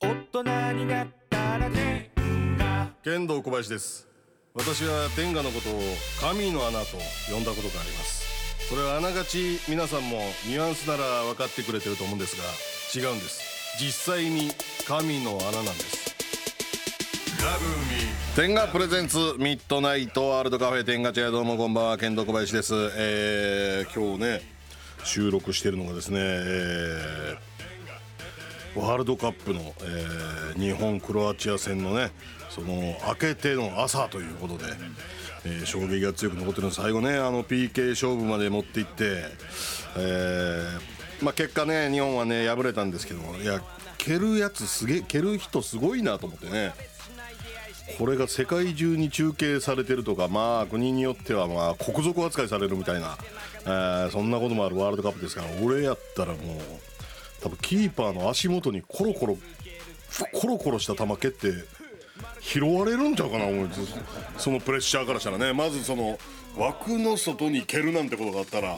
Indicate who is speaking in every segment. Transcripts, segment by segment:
Speaker 1: 人になったらね
Speaker 2: 剣道小林です私は天下のことを神の穴と呼んだことがありますそれはあながち皆さんもニュアンスなら分かってくれてると思うんですが違うんです実際に神の穴なんです天下プレゼンツミッドナイトワールドカフェ天下チェアどうもこんばんは剣道小林ですえー、今日ね収録してるのがですね、えーワールドカップの、えー日本クロアチア戦のねその明けての朝ということで、えー衝撃が強く残ってるの最後ねあの PK 勝負まで持っていって、えーまあ、結果ね日本はね敗れたんですけどいや蹴るやつすげえ蹴る人すごいなと思ってねこれが世界中に中継されてるとか、まあ、国によってはまあ国賊扱いされるみたいな、えーそんなこともあるワールドカップですから俺やったらもう多分キーパーの足元にコロコロふコロコロした球蹴って拾われるんちゃうかな思いそそのプレッシャーからしたらねまずその枠の外に蹴るなんてことがあったら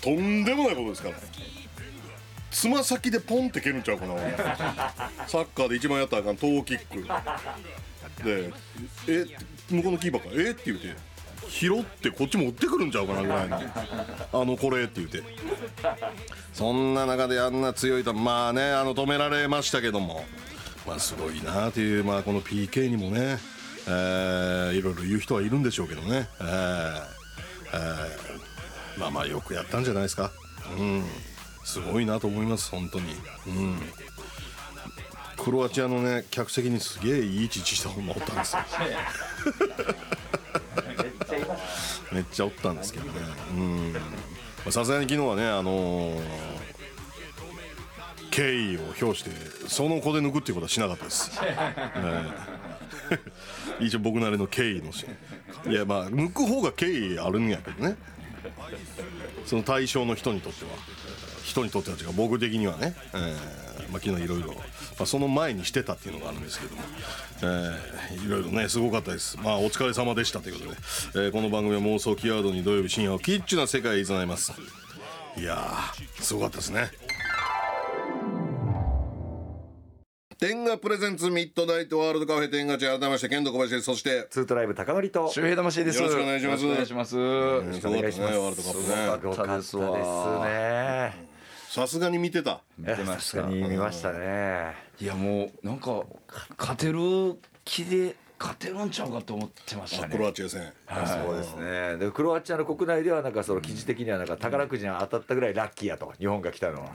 Speaker 2: とんでもないことですからつま先でポンって蹴るんちゃうかな俺サッカーで一番やったらあかんトーキックで「え向こうのキーパーが「えっ?」て言うて「拾ってこっち持ってくるんちゃうかな」ぐらいの「あのこれ」って言うてそんな中であんな強いとまあねあの止められましたけどもまあすごいなという、まあ、この PK にもね、えーいろいろ言う人はいるんでしょうけどね、えーえーまあまあよくやったんじゃないですか、うん、すごいなと思います本当に。うんクロアチアのね客席にすげえいい父した女おったんですよめっちゃおったんですけどねうんまあさすがに昨日はねあのー敬意を表してその子で抜くっていうことはしなかったです、ええ 一応僕なりの敬意のしいやまあ抜く方が敬意あるんやけどねその対象の人にとっては人にとっては違う僕的にはね、えーまあ、昨日いろいろ、まあ、その前にしてたっていうのがあるんですけども、えーいろいろねすごかったですまあお疲れ様でしたということで、えーこの番組は妄想キーワードに土曜日深夜をキッチュな世界へ誘いますいやーすごかったですね天下プレゼンツミッドナイトワールドカフェ天下地改めまして剣道小林ですそして
Speaker 3: ツートライブ高典と
Speaker 4: 周平魂です。
Speaker 2: よろしくお願いします
Speaker 4: よろくお願いします
Speaker 3: しくお願いしま
Speaker 2: すごかった
Speaker 3: す
Speaker 2: ねワールドカップね
Speaker 3: すごかったですね
Speaker 2: さすがに見てた
Speaker 4: 出ました
Speaker 3: 確か。に見ましたね
Speaker 4: いやもうなんか勝てる気で勝てるんちゃうかと思ってました
Speaker 2: クロ
Speaker 4: ね。
Speaker 2: アチア戦
Speaker 3: そうですねでクロアチアの国内ではなんかその記事的にはなんか宝くじが当たったぐらいラッキーやと日本が来たのは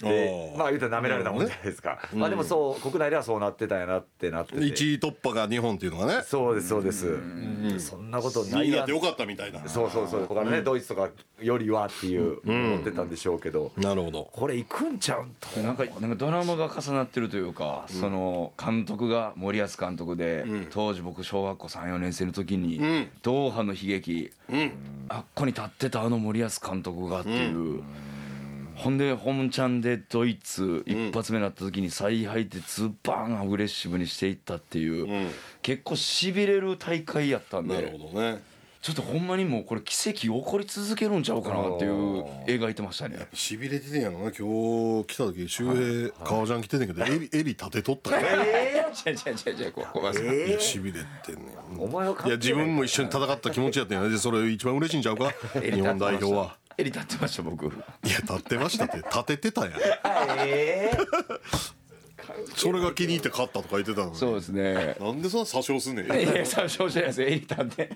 Speaker 3: で
Speaker 2: おー
Speaker 3: まあ言うたら舐められたもんじゃないですか、まあでもそう国内ではそうなってたんやなってなってて
Speaker 2: 1位突破が日本っていうのがね
Speaker 3: そうですそうですそんなことな
Speaker 2: 2位
Speaker 3: い
Speaker 2: にな
Speaker 3: や
Speaker 2: っ
Speaker 3: ん
Speaker 2: てよかったみたいな
Speaker 3: そうそうそう他のね、ドイツとかよりはっていう思ってたんでしょうけど、
Speaker 2: なるほど
Speaker 3: これ行くんちゃうんと
Speaker 4: なんかなんかドラマが重なってるというか、その監督が森保監督で、当時僕小学校3、4年生の時に、
Speaker 2: ん
Speaker 4: ドーハの悲劇、あっこに立ってたあの森保監督がっていう。ほんで本ちゃんでドイツ一発目になった時に采配ってズバーンアグレッシブにしていったっていう、結構しびれる大会やったん
Speaker 2: なる
Speaker 4: で
Speaker 2: ほどね
Speaker 4: ちょっとほんまにもうこれ奇跡起こり続けるんちゃうかなっていう描いてましたね
Speaker 2: しびれててんやろな今日来た時周平革ジャン着ててんけど襟襟立てとったか
Speaker 4: ええ違う違う違う違うこごめんなさい
Speaker 2: らいやしびれてんねん
Speaker 3: お前は関
Speaker 2: い
Speaker 3: 係
Speaker 2: や自分も一緒に戦った気持ちやったんやねでそれ一番嬉しいんちゃうか日本代表は
Speaker 4: 襟立ってました僕
Speaker 2: いや立ってましたって立ててたやん
Speaker 3: ええ
Speaker 2: それが気に入って勝ったとか言ってたのに
Speaker 4: そうですね
Speaker 2: なんでそんな詐称すんねん
Speaker 4: いや最初じゃないです襟立 って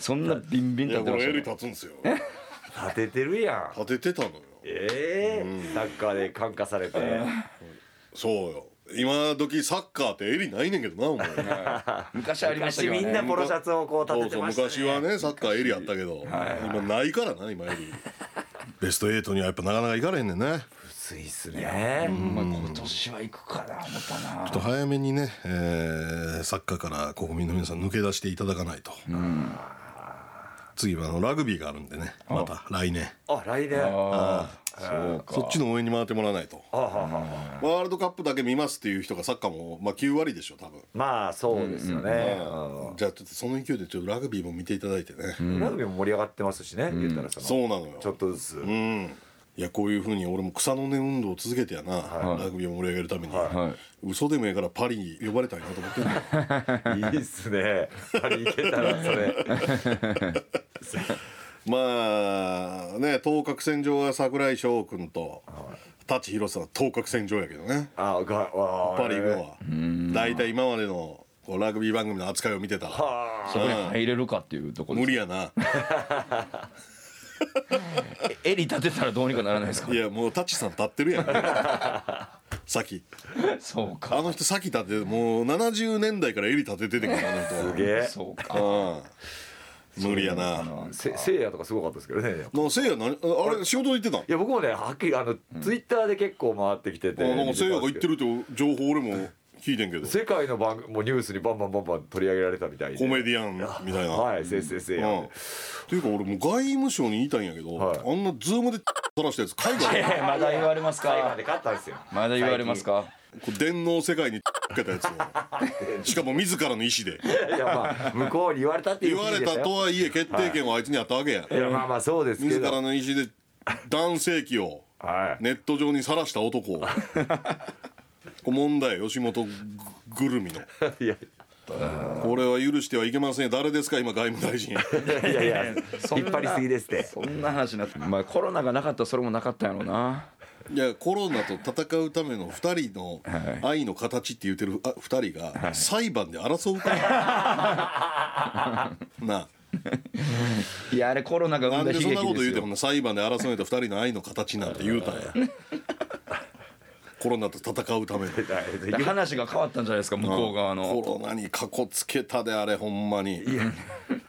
Speaker 4: そんなビンビン
Speaker 2: い
Speaker 4: 立
Speaker 2: や
Speaker 4: ってま
Speaker 2: こ
Speaker 4: し
Speaker 2: れ
Speaker 4: た
Speaker 2: 襟
Speaker 4: ね
Speaker 2: 立つんですよ
Speaker 3: 立ててるやん
Speaker 2: 立ててたのよ
Speaker 3: ええサッカーで感化されて
Speaker 2: そうよ今時サッカーって襟ないねんけどなお前
Speaker 4: 昔ありましたけ
Speaker 3: 昔
Speaker 4: ど
Speaker 3: みんな
Speaker 4: ね
Speaker 3: ポロシャツをこう立ててました
Speaker 2: そ
Speaker 3: ね
Speaker 2: うそう昔はねサッカー襟あったけど今ないからな今 襟ベスト8にはやっぱなかなか行かれへんねんね
Speaker 3: 薄いっすね
Speaker 4: まあ今年は行くかな思ったな
Speaker 2: ちょっと早めにね、えーサッカーから国民の皆さん抜け出していただかないと、次はあのラグビーがあるんでねまた来年
Speaker 3: あ来年あ
Speaker 4: ああそうか
Speaker 2: そっちの応援に回ってもらわないと
Speaker 3: ははは
Speaker 2: ワールドカップだけ見ますっていう人がサッカーも、まあ、9割でしょ多分、
Speaker 3: まあそうですよね
Speaker 2: じゃあちょっとその勢いでちょっとラグビーも見ていただいてね、
Speaker 3: うんラグビーも盛り上がってますしね言ったらその
Speaker 2: そうなのよ
Speaker 3: ちょっとずつ
Speaker 2: うんいやこういうふうに俺も草の根運動を続けてやな、ラグビーを盛り上げるために、嘘でもええからパリに呼ばれたいなと思ってんだよ
Speaker 3: いいっすねパリ行けたらそれ
Speaker 2: まあね当角線上は櫻井翔君と舘ひろしさんは当角線上やけどね
Speaker 3: あがわ
Speaker 2: パリ行くのは大体今までのこうラグビー番組の扱いを見てたら
Speaker 3: はあ
Speaker 4: そこに入れるかっていうところ
Speaker 2: 無
Speaker 4: です
Speaker 2: 理やな
Speaker 4: 襟立てたらどうにかならないですか
Speaker 2: いやもう舘さん立ってるやん先
Speaker 4: そうか
Speaker 2: あの人先立ってもう70年代から襟立てててんからあの人は
Speaker 3: すげえ
Speaker 4: そうか
Speaker 2: うん無理やな
Speaker 3: せせいやとかすごかったですけどね
Speaker 2: なせいや何あれ仕事で行ってたん
Speaker 3: いや僕もねはっきりあの、ツイッターで結構回ってきてて
Speaker 2: あなんかせいやが行って
Speaker 3: る
Speaker 2: るって情報俺も聞いてんけど
Speaker 3: 世界の番組もうニュースにバンバンバンバン取り上げられたみたいで
Speaker 2: コメディアンみたいな、
Speaker 3: はいせいせいせいや
Speaker 2: うんっていうか俺もう外務省にいたんやけど、
Speaker 3: はい
Speaker 2: あんなズームで 垂らしたやつ海外
Speaker 4: えーまだ言われます
Speaker 3: 最後ま
Speaker 4: か
Speaker 3: で勝ったんですよ
Speaker 4: まだ言われますか
Speaker 2: こう電脳世界に 受けたやつ をしかも自らの意思で
Speaker 3: いやまあ向こうに言われたっていう
Speaker 2: 言われたとはいえ決定権はあいつにあったわけや、
Speaker 3: いやまあまあそうですけ
Speaker 2: 自
Speaker 3: ど
Speaker 2: らの意思で男性器を
Speaker 3: はい
Speaker 2: ネット上にさらした 男をこう問題吉本ぐるみの
Speaker 3: いや
Speaker 2: これは許してはいけませんよ誰ですか今外務大 臣
Speaker 3: いやいや引っ張りすぎですって
Speaker 4: そんな話になってまあコロナがなかったらそれもなかったんやろうない
Speaker 2: やコロナと戦うための2人の愛の形って言ってるあ2人が裁判で争う からなあ
Speaker 4: いやあれコロナが生
Speaker 2: なん
Speaker 4: んだ
Speaker 2: で
Speaker 4: 悲
Speaker 2: そん
Speaker 4: 劇
Speaker 2: なこと
Speaker 4: で
Speaker 2: 言う
Speaker 4: す
Speaker 2: ても
Speaker 4: よ
Speaker 2: な裁判で争えた2人の愛の形なんて言 うたんやコロナと戦うための
Speaker 4: 話が変わったんじゃないですか向こう側の
Speaker 2: コロナにかこつけたであれほんまにいや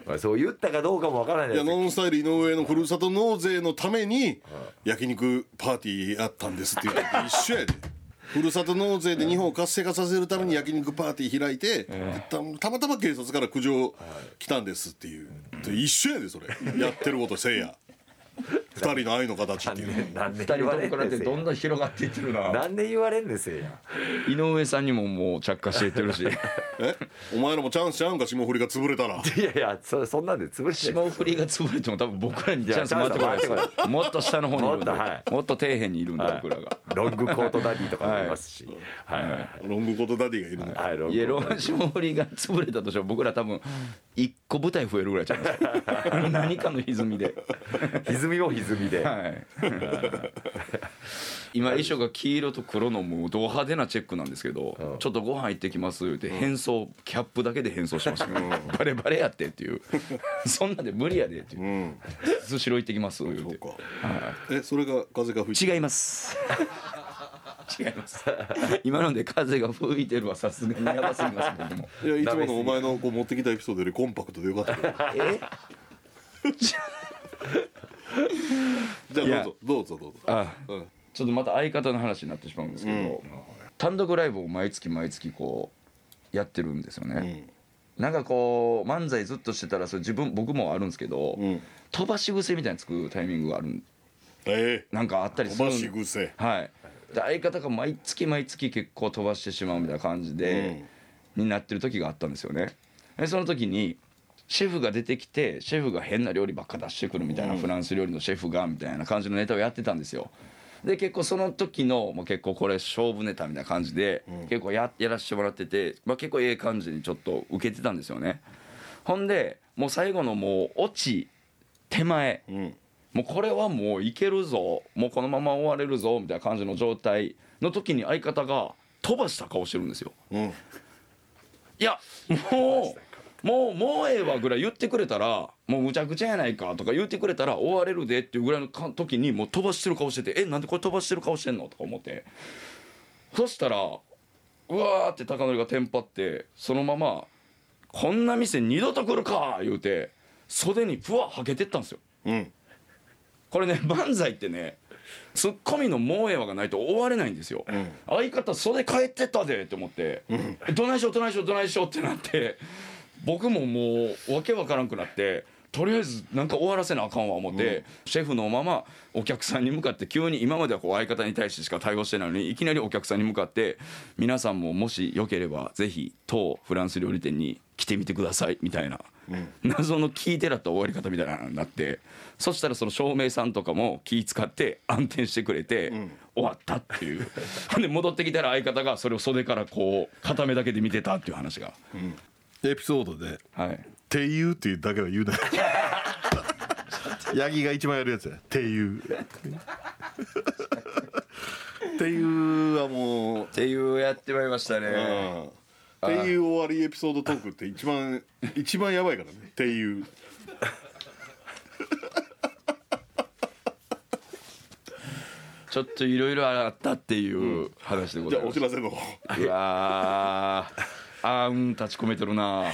Speaker 3: まあそう言ったかどうかもわからないじゃないです
Speaker 2: ノンスタイル井上のふるさと納税のために焼肉パーティーやったんですっていうのと一緒やでふるさと納税で日本を活性化させるために焼肉パーティー開いてたたまたま警察から苦情来たんですっていうと一緒やでそれやってることせいや2人の愛の形っていうの
Speaker 3: か何
Speaker 4: 二
Speaker 3: 年言
Speaker 4: 人
Speaker 3: わ
Speaker 4: とも
Speaker 3: れ
Speaker 4: 比
Speaker 3: ん
Speaker 4: べ
Speaker 3: ねん
Speaker 4: て
Speaker 3: せい
Speaker 4: どん
Speaker 3: や
Speaker 4: どん広がっていってるな
Speaker 3: 何年言われんねんせいや
Speaker 4: 井上さんにももう着火していってるし
Speaker 2: えお前らもチャンスちゃうんか霜降りが潰れたら
Speaker 3: いやいやそそんなんで潰して
Speaker 4: 霜降りが潰れても多分僕らにチャンス
Speaker 3: いや
Speaker 4: 回ってこないです
Speaker 3: 回ってこ
Speaker 4: もっと下の方にいるんで
Speaker 3: もっとはい
Speaker 4: もっと底辺にいるんで
Speaker 3: はい
Speaker 4: 僕らが
Speaker 3: ロングコートダディとかもいますしはいはい
Speaker 2: ロングコートダディがいるの
Speaker 3: はいロン
Speaker 4: イエ
Speaker 3: グコ
Speaker 4: ロ
Speaker 3: ートダ
Speaker 4: ー霜降りが潰れたとしても僕ら多分一個舞台増えるぐらいちゃうんですか 何かの歪みで
Speaker 3: ディ歪みも歪みで
Speaker 4: はい、今衣装が黄色と黒のもうド派手なチェックなんですけど、
Speaker 3: うん
Speaker 4: ちょっとご飯行ってきますって変装、キャップだけで変装しました、バレバレやってっていうそんなんで無理やでっていう
Speaker 2: うん
Speaker 4: スシロー行ってきます言う
Speaker 2: そう
Speaker 4: て
Speaker 2: かえそれが風が吹いて
Speaker 4: 違います違います今ので風が吹いてるはさすがにやばすぎます僕も
Speaker 2: いやいつも
Speaker 3: ダメすぎ
Speaker 2: のお前のこう持ってきたエピソードよりコンパクトでよかったよ
Speaker 4: え
Speaker 2: じゃ
Speaker 4: いや
Speaker 2: あどうぞどうぞどうぞ
Speaker 4: あ
Speaker 2: うん
Speaker 4: ちょっとまた相方の話になってしまうんですけど、単独ライブを毎月毎月こうやってるんですよね、なんかこう漫才ずっとしてたらそれ自分僕もあるんですけど、
Speaker 2: うん
Speaker 4: 飛ばし癖みたいにつくタイミングがあるん
Speaker 2: ええ
Speaker 4: なんかあったりす
Speaker 2: 飛
Speaker 4: る
Speaker 2: ば
Speaker 4: ん
Speaker 2: し癖
Speaker 4: はいで相方が毎月毎月結構飛ばしてしまうみたいな感じで、になってる時があったんですよねでその時にシェフが出てきてシェフが変な料理ばっか出してくるみたいな、フランス料理のシェフがみたいな感じのネタをやってたんですよで結構その時のもう結構これ勝負ネタみたいな感じで、結構ややらせてもらってて、まあ、結構ええ感じにちょっと受けてたんですよねほんでもう最後のもう落ち手前、
Speaker 2: ん
Speaker 4: もうこれはもういけるぞもうこのまま終われるぞみたいな感じの状態の時に相方が飛ばした顔してるんですよ
Speaker 2: うん
Speaker 4: いやもうもうもうええわぐらい言ってくれたらもうむちゃくちゃやないかとか言ってくれたら終われるでっていうぐらいのか時にもう飛ばしてる顔しててえなんでこれ飛ばしてる顔してんのとか思ってそしたらうわーって高典がテンパってそのまま「こんな店二度と来るか!」言うて袖にふわはけてったんですよ。
Speaker 2: うん
Speaker 4: これね漫才ってねツッコミの「もうええわ」がないと終われないんですよ、相方袖帰ってったでって思って「どないしようどないしようどないしよう」ってなって僕ももうわけわからんくなってとりあえずなんか終わらせなあかんわ思って、シェフのままお客さんに向かって急に今まではこう相方に対してしか対応してないのにいきなりお客さんに向かって「皆さんももしよければぜひ当フランス料理店に来てみてください」みたいな 謎の聞いてらった終わり方みたいなのになってそしたらその照明さんとかも気使って暗転してくれて、終わったっていう ほんで戻ってきたら相方がそれを袖からこう片目だけで見てたっていう話が、
Speaker 2: エピソードで
Speaker 4: はい
Speaker 2: 「ていう」っていうだけは言うなヤギが一番やるやつや「ていう」っていうはもう
Speaker 4: っていうやってまいりましたね
Speaker 2: っていう終わりエピソードトークって一番一番やばいからねっていう
Speaker 4: ちょっといろいろあったっていう話でご
Speaker 2: じ
Speaker 4: ざい
Speaker 2: ゃあ
Speaker 4: ま
Speaker 2: お
Speaker 4: す
Speaker 2: 知、らせの方
Speaker 4: うわーあーうん立ち込めてるな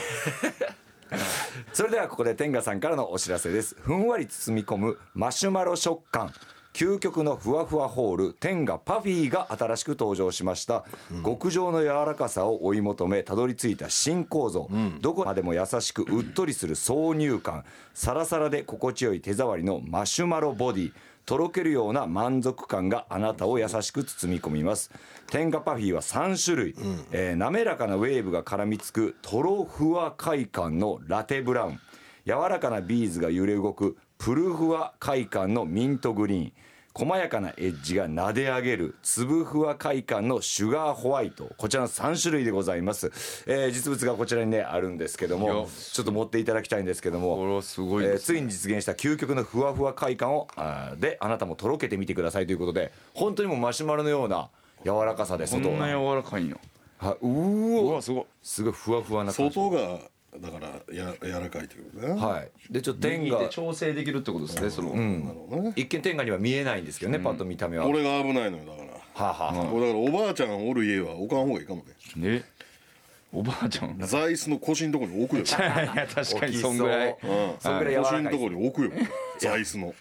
Speaker 3: それではここで天賀さんからのお知らせですふんわり包み込むマシュマロ食感究極のふわふわホール天賀パフィーが新しく登場しました、極上の柔らかさを追い求めたどり着いた新構造、どこまでも優しくうっとりする挿入感サラサラで心地よい手触りのマシュマロボディとろけるような満足感があなたを優しく包み込みます天下パフィーは3種類、えー滑らかなウェーブが絡みつくとろふわ快感のラテブラウン柔らかなビーズが揺れ動くプルふわ快感のミントグリーン細やかなエッジが撫で上げる粒ふわ快感のシュガーホワイトこちらの3種類でございます、えー実物がこちらにねあるんですけど
Speaker 4: いや
Speaker 3: もちょっと持っていただきたいんですけども
Speaker 4: これはすごい
Speaker 3: えー
Speaker 4: です、
Speaker 3: ついに実現した究極のふわふわ快感をあーであなたもとろけてみてくださいということで本当にもうマシュマロのような柔らかさで
Speaker 4: そ
Speaker 3: 外
Speaker 4: んな
Speaker 3: は
Speaker 4: 柔らかいんよ
Speaker 3: はうー
Speaker 4: う
Speaker 3: お
Speaker 4: わすごい
Speaker 3: すごいふわふわな感じ
Speaker 2: 外がだからや柔らかいということね、
Speaker 3: はいでちょっと天が
Speaker 4: 調整できるってことですねその、
Speaker 2: なるほどね
Speaker 3: 一見天がには見えないんですけどね、パッと見た目はは
Speaker 2: 俺が危ないのよだから
Speaker 3: あはあはあ
Speaker 2: 俺だからおばあちゃんおる家は置かん方がいいかもね
Speaker 4: えおばあちゃんい
Speaker 2: 座椅子の腰のとこに 置くよ、
Speaker 4: やいや確かに
Speaker 3: 大き
Speaker 4: そんぐらい
Speaker 3: そうそんぐらい柔ら
Speaker 2: 腰
Speaker 3: かい
Speaker 2: のとこに置くよ座椅子の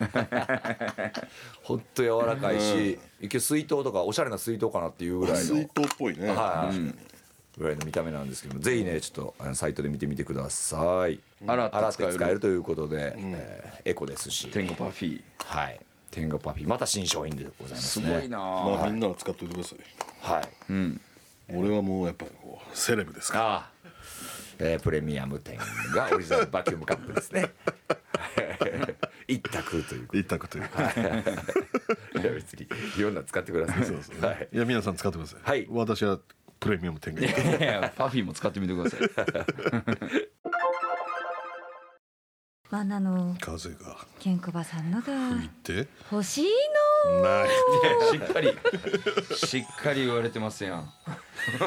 Speaker 3: ほんと柔らかいし、一見水筒とかおしゃれな水筒かなっていうぐらいの
Speaker 2: 水筒っぽいね、
Speaker 3: はい、ぐらいの見た目なんですけどもぜひねちょっとあのサイトで見てみてください
Speaker 4: 洗って使える
Speaker 3: 洗ということで、えーエコですし
Speaker 4: 天狗パフィー
Speaker 3: はい天狗パフィーまた新商品でございま
Speaker 4: す
Speaker 3: すね
Speaker 4: ごいな、
Speaker 2: まあみんなは使っておいてください
Speaker 3: はい、
Speaker 2: 俺はもうやっぱりこうセレブですから
Speaker 3: ああ、えープレミアム天がオリジナルバキュームカップで すね 一択というこ
Speaker 2: 一択というか
Speaker 3: といや別にいろんなの使ってください
Speaker 2: そうそう
Speaker 3: はい、
Speaker 2: いや皆さん使ってください。
Speaker 3: はい
Speaker 2: 私はプレミアム天狗。
Speaker 4: いやいや パフィーも使ってみてください
Speaker 5: バナの
Speaker 2: 風が
Speaker 5: ケンコバさんのが
Speaker 2: 吹いて
Speaker 5: 欲しい
Speaker 2: ない。
Speaker 4: しっかりしっかり言われてますやん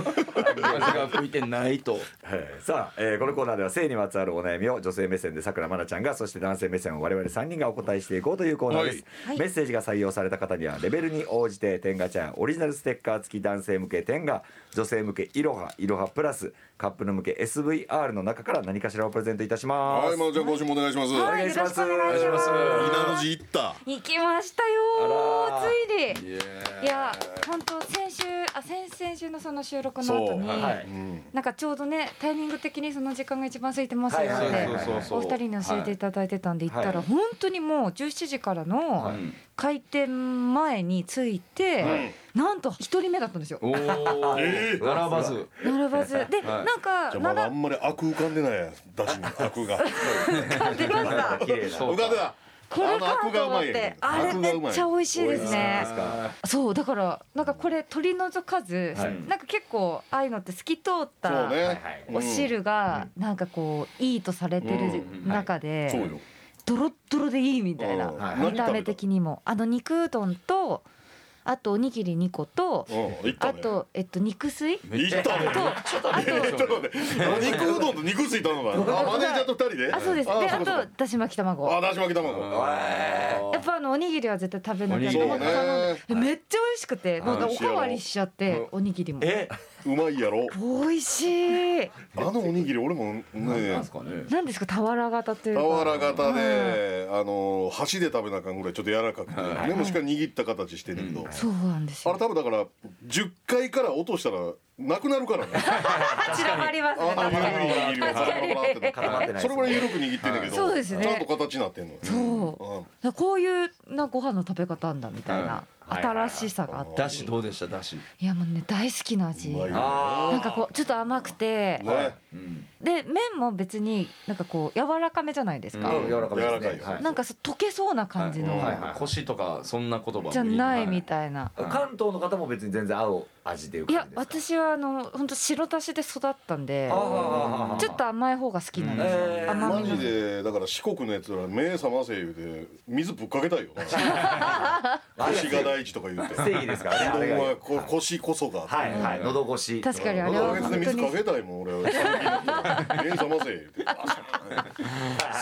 Speaker 4: 風が吹いてないと
Speaker 3: えーさあ、えーこのコーナーでは性にまつわるお悩みを女性目線でさくらまなちゃんがそして男性目線を我々3人がお答えしていこうというコーナーです、
Speaker 5: はい
Speaker 3: メッセージが採用された方にはレベルに応じて天ガちゃんオリジナルステッカー付き男性向け天ガ女性向けいろはいろはプラスカップル向け SVR の中から何かしらをプレゼントいたします、
Speaker 2: はい、まあじゃあ今週もお願いします。
Speaker 5: の
Speaker 2: 稲
Speaker 5: はい
Speaker 3: 願い
Speaker 5: よ
Speaker 3: しま
Speaker 5: ろ
Speaker 3: す
Speaker 5: しくお願いします
Speaker 2: の字行った。
Speaker 5: 行きました
Speaker 3: あ
Speaker 5: よ
Speaker 3: ら
Speaker 5: ーついにいや本当先週あ先々週のその収録の後に、
Speaker 2: そう
Speaker 3: はい
Speaker 5: なんかちょうどねタイミング的にその時間が一番空いてますよ
Speaker 3: は
Speaker 5: っ
Speaker 3: いはい
Speaker 5: て
Speaker 3: はいはい
Speaker 5: お二人に教えていただいてたんで行った
Speaker 3: は
Speaker 5: ら
Speaker 3: い
Speaker 5: 本当にもう17時からの
Speaker 4: い
Speaker 5: 開店前に着いてなんと一人目だったんですよ
Speaker 4: おお、並ばず
Speaker 5: 並ばずで
Speaker 4: はい
Speaker 5: なんか
Speaker 2: じゃあま
Speaker 5: 並
Speaker 2: だあんまり悪浮かんでないや出汁に 悪が。
Speaker 5: んでました
Speaker 3: 綺麗な
Speaker 4: そう
Speaker 2: 浮かんでた。
Speaker 5: これかと思って
Speaker 2: あ
Speaker 5: あ
Speaker 2: のア
Speaker 5: れ
Speaker 2: クが
Speaker 5: め
Speaker 2: うまい
Speaker 5: っちゃ美味しいですね
Speaker 3: ですか
Speaker 5: そうだからなんかこれ取り除かず、
Speaker 3: はい
Speaker 5: なんか結構ああいうのって透き通っ
Speaker 2: そう
Speaker 5: た
Speaker 2: ね。
Speaker 3: はいはい
Speaker 5: お汁がなんかこういいとされてる中で、
Speaker 2: そうよ。
Speaker 5: ドロッドロでいいみたいな、
Speaker 2: うん
Speaker 3: はい
Speaker 5: 見た目的にもあの肉うどんとあとおにぎり2個と、
Speaker 2: うん、行った
Speaker 5: あ
Speaker 2: ね。
Speaker 5: と、えっと、肉水と
Speaker 2: 行ったね。
Speaker 5: あ
Speaker 2: ちょっ
Speaker 5: と
Speaker 2: と待って。肉うどんと肉ついたのか。あ、マネージャーと二人で。
Speaker 5: あそうですで
Speaker 2: そ
Speaker 5: あ
Speaker 2: うかそう
Speaker 5: とだし巻き卵
Speaker 2: かあ、だし巻き卵。
Speaker 5: やっぱあのおにぎりは絶対食べなきゃいけ
Speaker 2: そ
Speaker 5: な
Speaker 2: う
Speaker 5: い、
Speaker 2: ね。
Speaker 5: めっちゃ美味しくてなんかおかわりしちゃっておにぎりも
Speaker 3: え
Speaker 2: うまいやろ。
Speaker 5: 美味しい
Speaker 2: あのおにぎり、俺もね。
Speaker 4: かね
Speaker 5: 何ですか俵型というか
Speaker 2: 俵型で、あの箸で食べなあかんぐらいちょっと柔らかくて、ね、もしっかり握った形してるけど、
Speaker 5: そうなんです
Speaker 2: あれ
Speaker 5: よ
Speaker 2: 多分だから10回から落としたらなくなる からね
Speaker 5: あちらもありますね
Speaker 2: あ
Speaker 5: 確か
Speaker 2: の緩い握りをパラパ
Speaker 5: に
Speaker 2: ラパラって
Speaker 3: 固まってない
Speaker 2: それぐらい緩く握ってんだけど、
Speaker 5: そうですね
Speaker 2: ちゃんと形になってんの
Speaker 5: そう
Speaker 2: うん
Speaker 5: だからこういうなご飯の食べ方なんだみたいな
Speaker 3: はい
Speaker 5: 新しさがあって
Speaker 4: だしどうでしただし
Speaker 5: いやもうね大好きな味
Speaker 2: うまいよ
Speaker 5: なんかこうちょっと甘くて
Speaker 2: ね
Speaker 4: うん
Speaker 5: で麺も別になんかこう柔らかめじゃないですか、
Speaker 3: うん柔らかめですね
Speaker 2: 柔らかいよ
Speaker 3: はい
Speaker 5: なんかそう溶けそうな感じの、
Speaker 3: はいはい
Speaker 4: 腰とかそんな言葉
Speaker 5: じゃないみ
Speaker 4: た
Speaker 5: たいな、
Speaker 3: 関東の方も別に全然合う味でいう
Speaker 5: い
Speaker 3: 感
Speaker 5: や
Speaker 3: じですか
Speaker 5: 私はあの本当白だしで育ったんで
Speaker 3: あー
Speaker 5: ちょっと甘い方が好きなんですよ、
Speaker 3: えー
Speaker 5: 甘
Speaker 2: マ
Speaker 5: みの
Speaker 2: ジでだから四国のやつら目覚ませ言うて水ぶっかけた いよな腰が大事とか言うて
Speaker 3: ステーキですからねあれ
Speaker 2: う
Speaker 3: が
Speaker 2: どんはこ腰こそが
Speaker 3: はいはい喉越し
Speaker 5: 確かにあれは
Speaker 2: 別に
Speaker 5: 本当
Speaker 2: 水
Speaker 5: に
Speaker 2: かけたいもん俺は目覚ませ言うて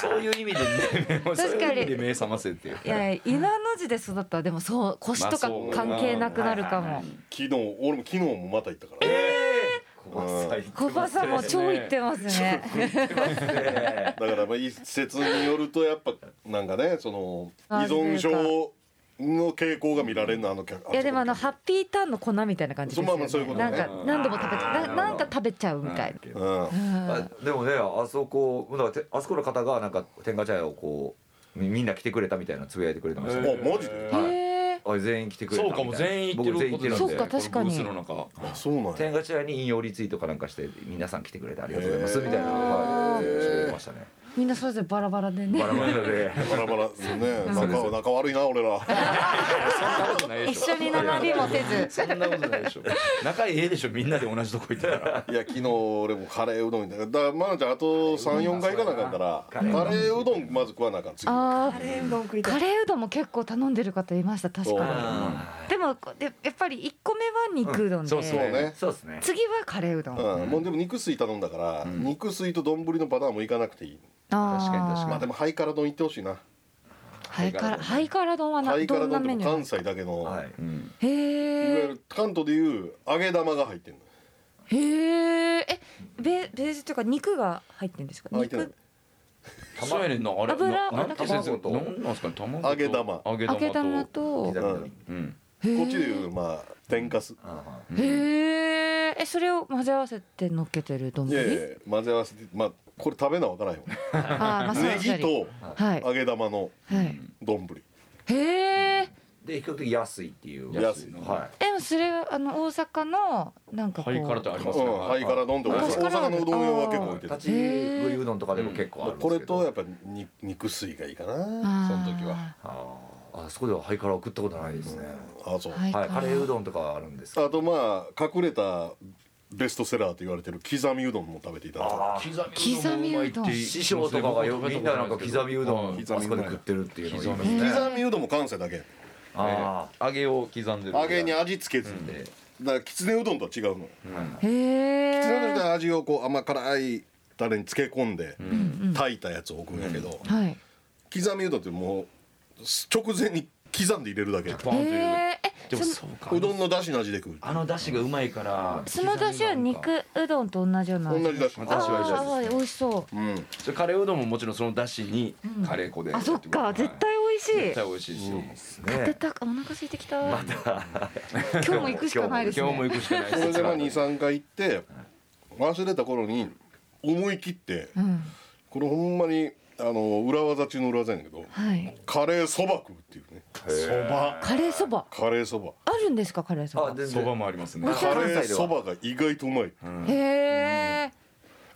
Speaker 4: そういう意味で ね
Speaker 5: かに
Speaker 4: そういう意味で目覚ませっていう
Speaker 5: いやいや稲の字で育ったらでもそう腰とか関係なくなるかも
Speaker 2: 昨日俺も昨日もまた行ったから、
Speaker 5: 小葉さんも超言ってますね
Speaker 2: だからまあ一説によるとやっぱなんかねその依
Speaker 5: あ
Speaker 2: 存症の傾向が見られるのあの客
Speaker 5: いやでもあの
Speaker 2: そ
Speaker 5: ハッピーターンの粉みたいな感じです
Speaker 2: ま
Speaker 5: よ
Speaker 2: あまあそういう
Speaker 5: ね
Speaker 2: こと
Speaker 5: な
Speaker 2: ね
Speaker 5: んか何度も食べちゃうななんか食べちゃうみたい
Speaker 2: このうん
Speaker 5: な、うん
Speaker 3: あでもねあそこだからてあそこの方がなんか天下茶屋をこうみみんな来てくれたみたいなつぶやいてくれてましたね、
Speaker 2: あマジで
Speaker 3: はい
Speaker 5: へえ
Speaker 3: あ全員来てくれた
Speaker 4: そう
Speaker 3: みた
Speaker 4: か
Speaker 3: い
Speaker 4: も
Speaker 3: な
Speaker 4: 全員言って
Speaker 3: 僕全
Speaker 4: るこ
Speaker 3: 員来
Speaker 4: と
Speaker 3: てるんで
Speaker 5: そうか確かに
Speaker 4: このブースの中
Speaker 2: あそうなんや
Speaker 3: 天下茶屋に引用リツイートかなんかして皆さん来てくれてありがとうございます
Speaker 2: へー
Speaker 3: みたいなはい全員してくれましたね
Speaker 5: みんなそれぞれバラバラでね
Speaker 3: バラバラで
Speaker 2: バラバラね
Speaker 3: そうです
Speaker 2: 仲仲悪いな俺ら
Speaker 4: そんなことないでしょ
Speaker 5: 一緒に並びもせず
Speaker 4: そんなことないでしょ仲いいでしょみんなで同じとこ行ったら
Speaker 2: いや昨日俺もカレーうどんみたいなだから愛菜ちゃんあと34回行かなあかんからカ
Speaker 3: カレ
Speaker 2: レ
Speaker 3: ーうどん
Speaker 2: ーうどんまず食わなあかん次
Speaker 5: あー
Speaker 3: レーうどん食い
Speaker 5: カレーうどんも結構頼んでる方いました確
Speaker 2: そう
Speaker 5: かにでもこうでやっぱり1個目は肉うどんで、
Speaker 4: うん
Speaker 2: そうね
Speaker 3: そうですね
Speaker 5: 次はカレーうどん、あ
Speaker 2: うん、もうでも肉水頼んだから、肉水と丼のパターンもいかなくていい
Speaker 5: あ
Speaker 3: 確かに確かに
Speaker 2: まあでもハイカラ丼行ってほしいな
Speaker 5: ハイカラハイカラ丼はな
Speaker 2: ハイカ
Speaker 5: ど
Speaker 2: ラ
Speaker 5: んな
Speaker 2: 丼
Speaker 5: メ
Speaker 2: って
Speaker 5: ニューなん
Speaker 2: 関
Speaker 5: ですか
Speaker 2: 西だけの、
Speaker 3: は
Speaker 2: い、わ
Speaker 3: い
Speaker 2: ゆ
Speaker 5: へえ
Speaker 2: る関東でいう揚げ玉が入ってるの
Speaker 5: へええベベースというか肉が入ってるんですか
Speaker 2: 入ってない
Speaker 5: 肉
Speaker 4: そうやねんなあれな
Speaker 5: 油
Speaker 4: なんて先生
Speaker 3: 卵と
Speaker 4: なんなんすかね卵と
Speaker 2: 揚げ玉
Speaker 4: 揚げ
Speaker 5: 揚
Speaker 4: 玉と
Speaker 5: げ玉と
Speaker 3: 刻み
Speaker 4: うん
Speaker 5: へえ
Speaker 2: こっちでいうまあ天かす
Speaker 3: う
Speaker 5: へええそれを混ぜ合わせて乗っけてる丼
Speaker 2: いやいや混ぜ合わせてまあこれ食べなわからんよ
Speaker 5: あーまあそう
Speaker 2: ネ
Speaker 5: ですね
Speaker 2: ギと
Speaker 5: はい
Speaker 2: 揚げ玉の
Speaker 5: はい
Speaker 2: 丼
Speaker 5: へえ
Speaker 3: で比較的安いっていう
Speaker 2: 安い
Speaker 3: は
Speaker 5: でもそれはあの大阪のなんかこ
Speaker 4: ハイカラってあ
Speaker 5: う
Speaker 4: り
Speaker 2: う
Speaker 4: ま
Speaker 2: ん
Speaker 4: すよね
Speaker 2: ハイカラ丼って大
Speaker 5: 昔から
Speaker 2: 阪のうどん屋は結構置い
Speaker 3: い
Speaker 2: てる
Speaker 3: 立ち食いうどんとかでも結構あるんです
Speaker 2: こ
Speaker 3: けど
Speaker 2: れとやっぱに肉水がいいかなその時は
Speaker 3: あーあそこではハイカラを食ったことないですね、
Speaker 2: あそう、
Speaker 5: はい
Speaker 3: はいカレーうどんとかあるんですけど
Speaker 2: あとまあ隠れたベストセラーと言われてる刻みうどんも食べていただいた
Speaker 5: 刻みうどん
Speaker 3: 師匠とかがよみんななんか刻みうどん
Speaker 2: はい
Speaker 3: あそこで食ってるっていうのを言います
Speaker 4: 刻
Speaker 3: ね
Speaker 2: 刻みうどんも関西だけ
Speaker 3: あ
Speaker 4: 揚げを刻んでる
Speaker 2: 揚げに味付けずに、だからきつねうどんとは違うのき
Speaker 5: へ
Speaker 2: つねうどん
Speaker 5: え
Speaker 2: って味をこう甘辛いタレに漬け込んで、炊いたやつを置くんやけど、
Speaker 5: はい
Speaker 2: 刻みうどんってもう直前に刻んで入れるだけ
Speaker 4: バンと入れる
Speaker 5: へ
Speaker 4: で
Speaker 5: え
Speaker 4: も
Speaker 5: そ
Speaker 4: そうか
Speaker 2: うどんの出汁の味で食う
Speaker 4: あの出汁がうまいから
Speaker 5: その出汁は肉うどんと同じような味
Speaker 2: 同じ出汁
Speaker 5: あ
Speaker 4: 同じ
Speaker 5: あ美味しそう
Speaker 2: うん
Speaker 4: それカレーうどんももちろんその出汁にカレー粉で
Speaker 5: あそっ
Speaker 4: は
Speaker 5: か
Speaker 4: い
Speaker 5: 絶対美味
Speaker 4: 絶
Speaker 5: しい
Speaker 4: 対美味しいし
Speaker 3: ー
Speaker 5: 買って
Speaker 3: ね
Speaker 5: たお腹空いてきた今日も行くしかないです
Speaker 4: 今日も
Speaker 5: ね
Speaker 4: 行くしかない
Speaker 2: それでまあ
Speaker 4: で
Speaker 2: 23回行って忘れた頃に思い切って
Speaker 5: うん
Speaker 2: これほんまにあの裏技中の裏技やねんけど
Speaker 5: はい
Speaker 2: カレーそば食うっていうねそば
Speaker 5: カレーそば
Speaker 2: カレーそば
Speaker 5: あるんですかカレーそば
Speaker 3: あ全
Speaker 4: そば
Speaker 3: 然
Speaker 4: もありますね
Speaker 5: あ
Speaker 2: カ
Speaker 5: そう
Speaker 2: レーそばが意外とうまい
Speaker 5: へえ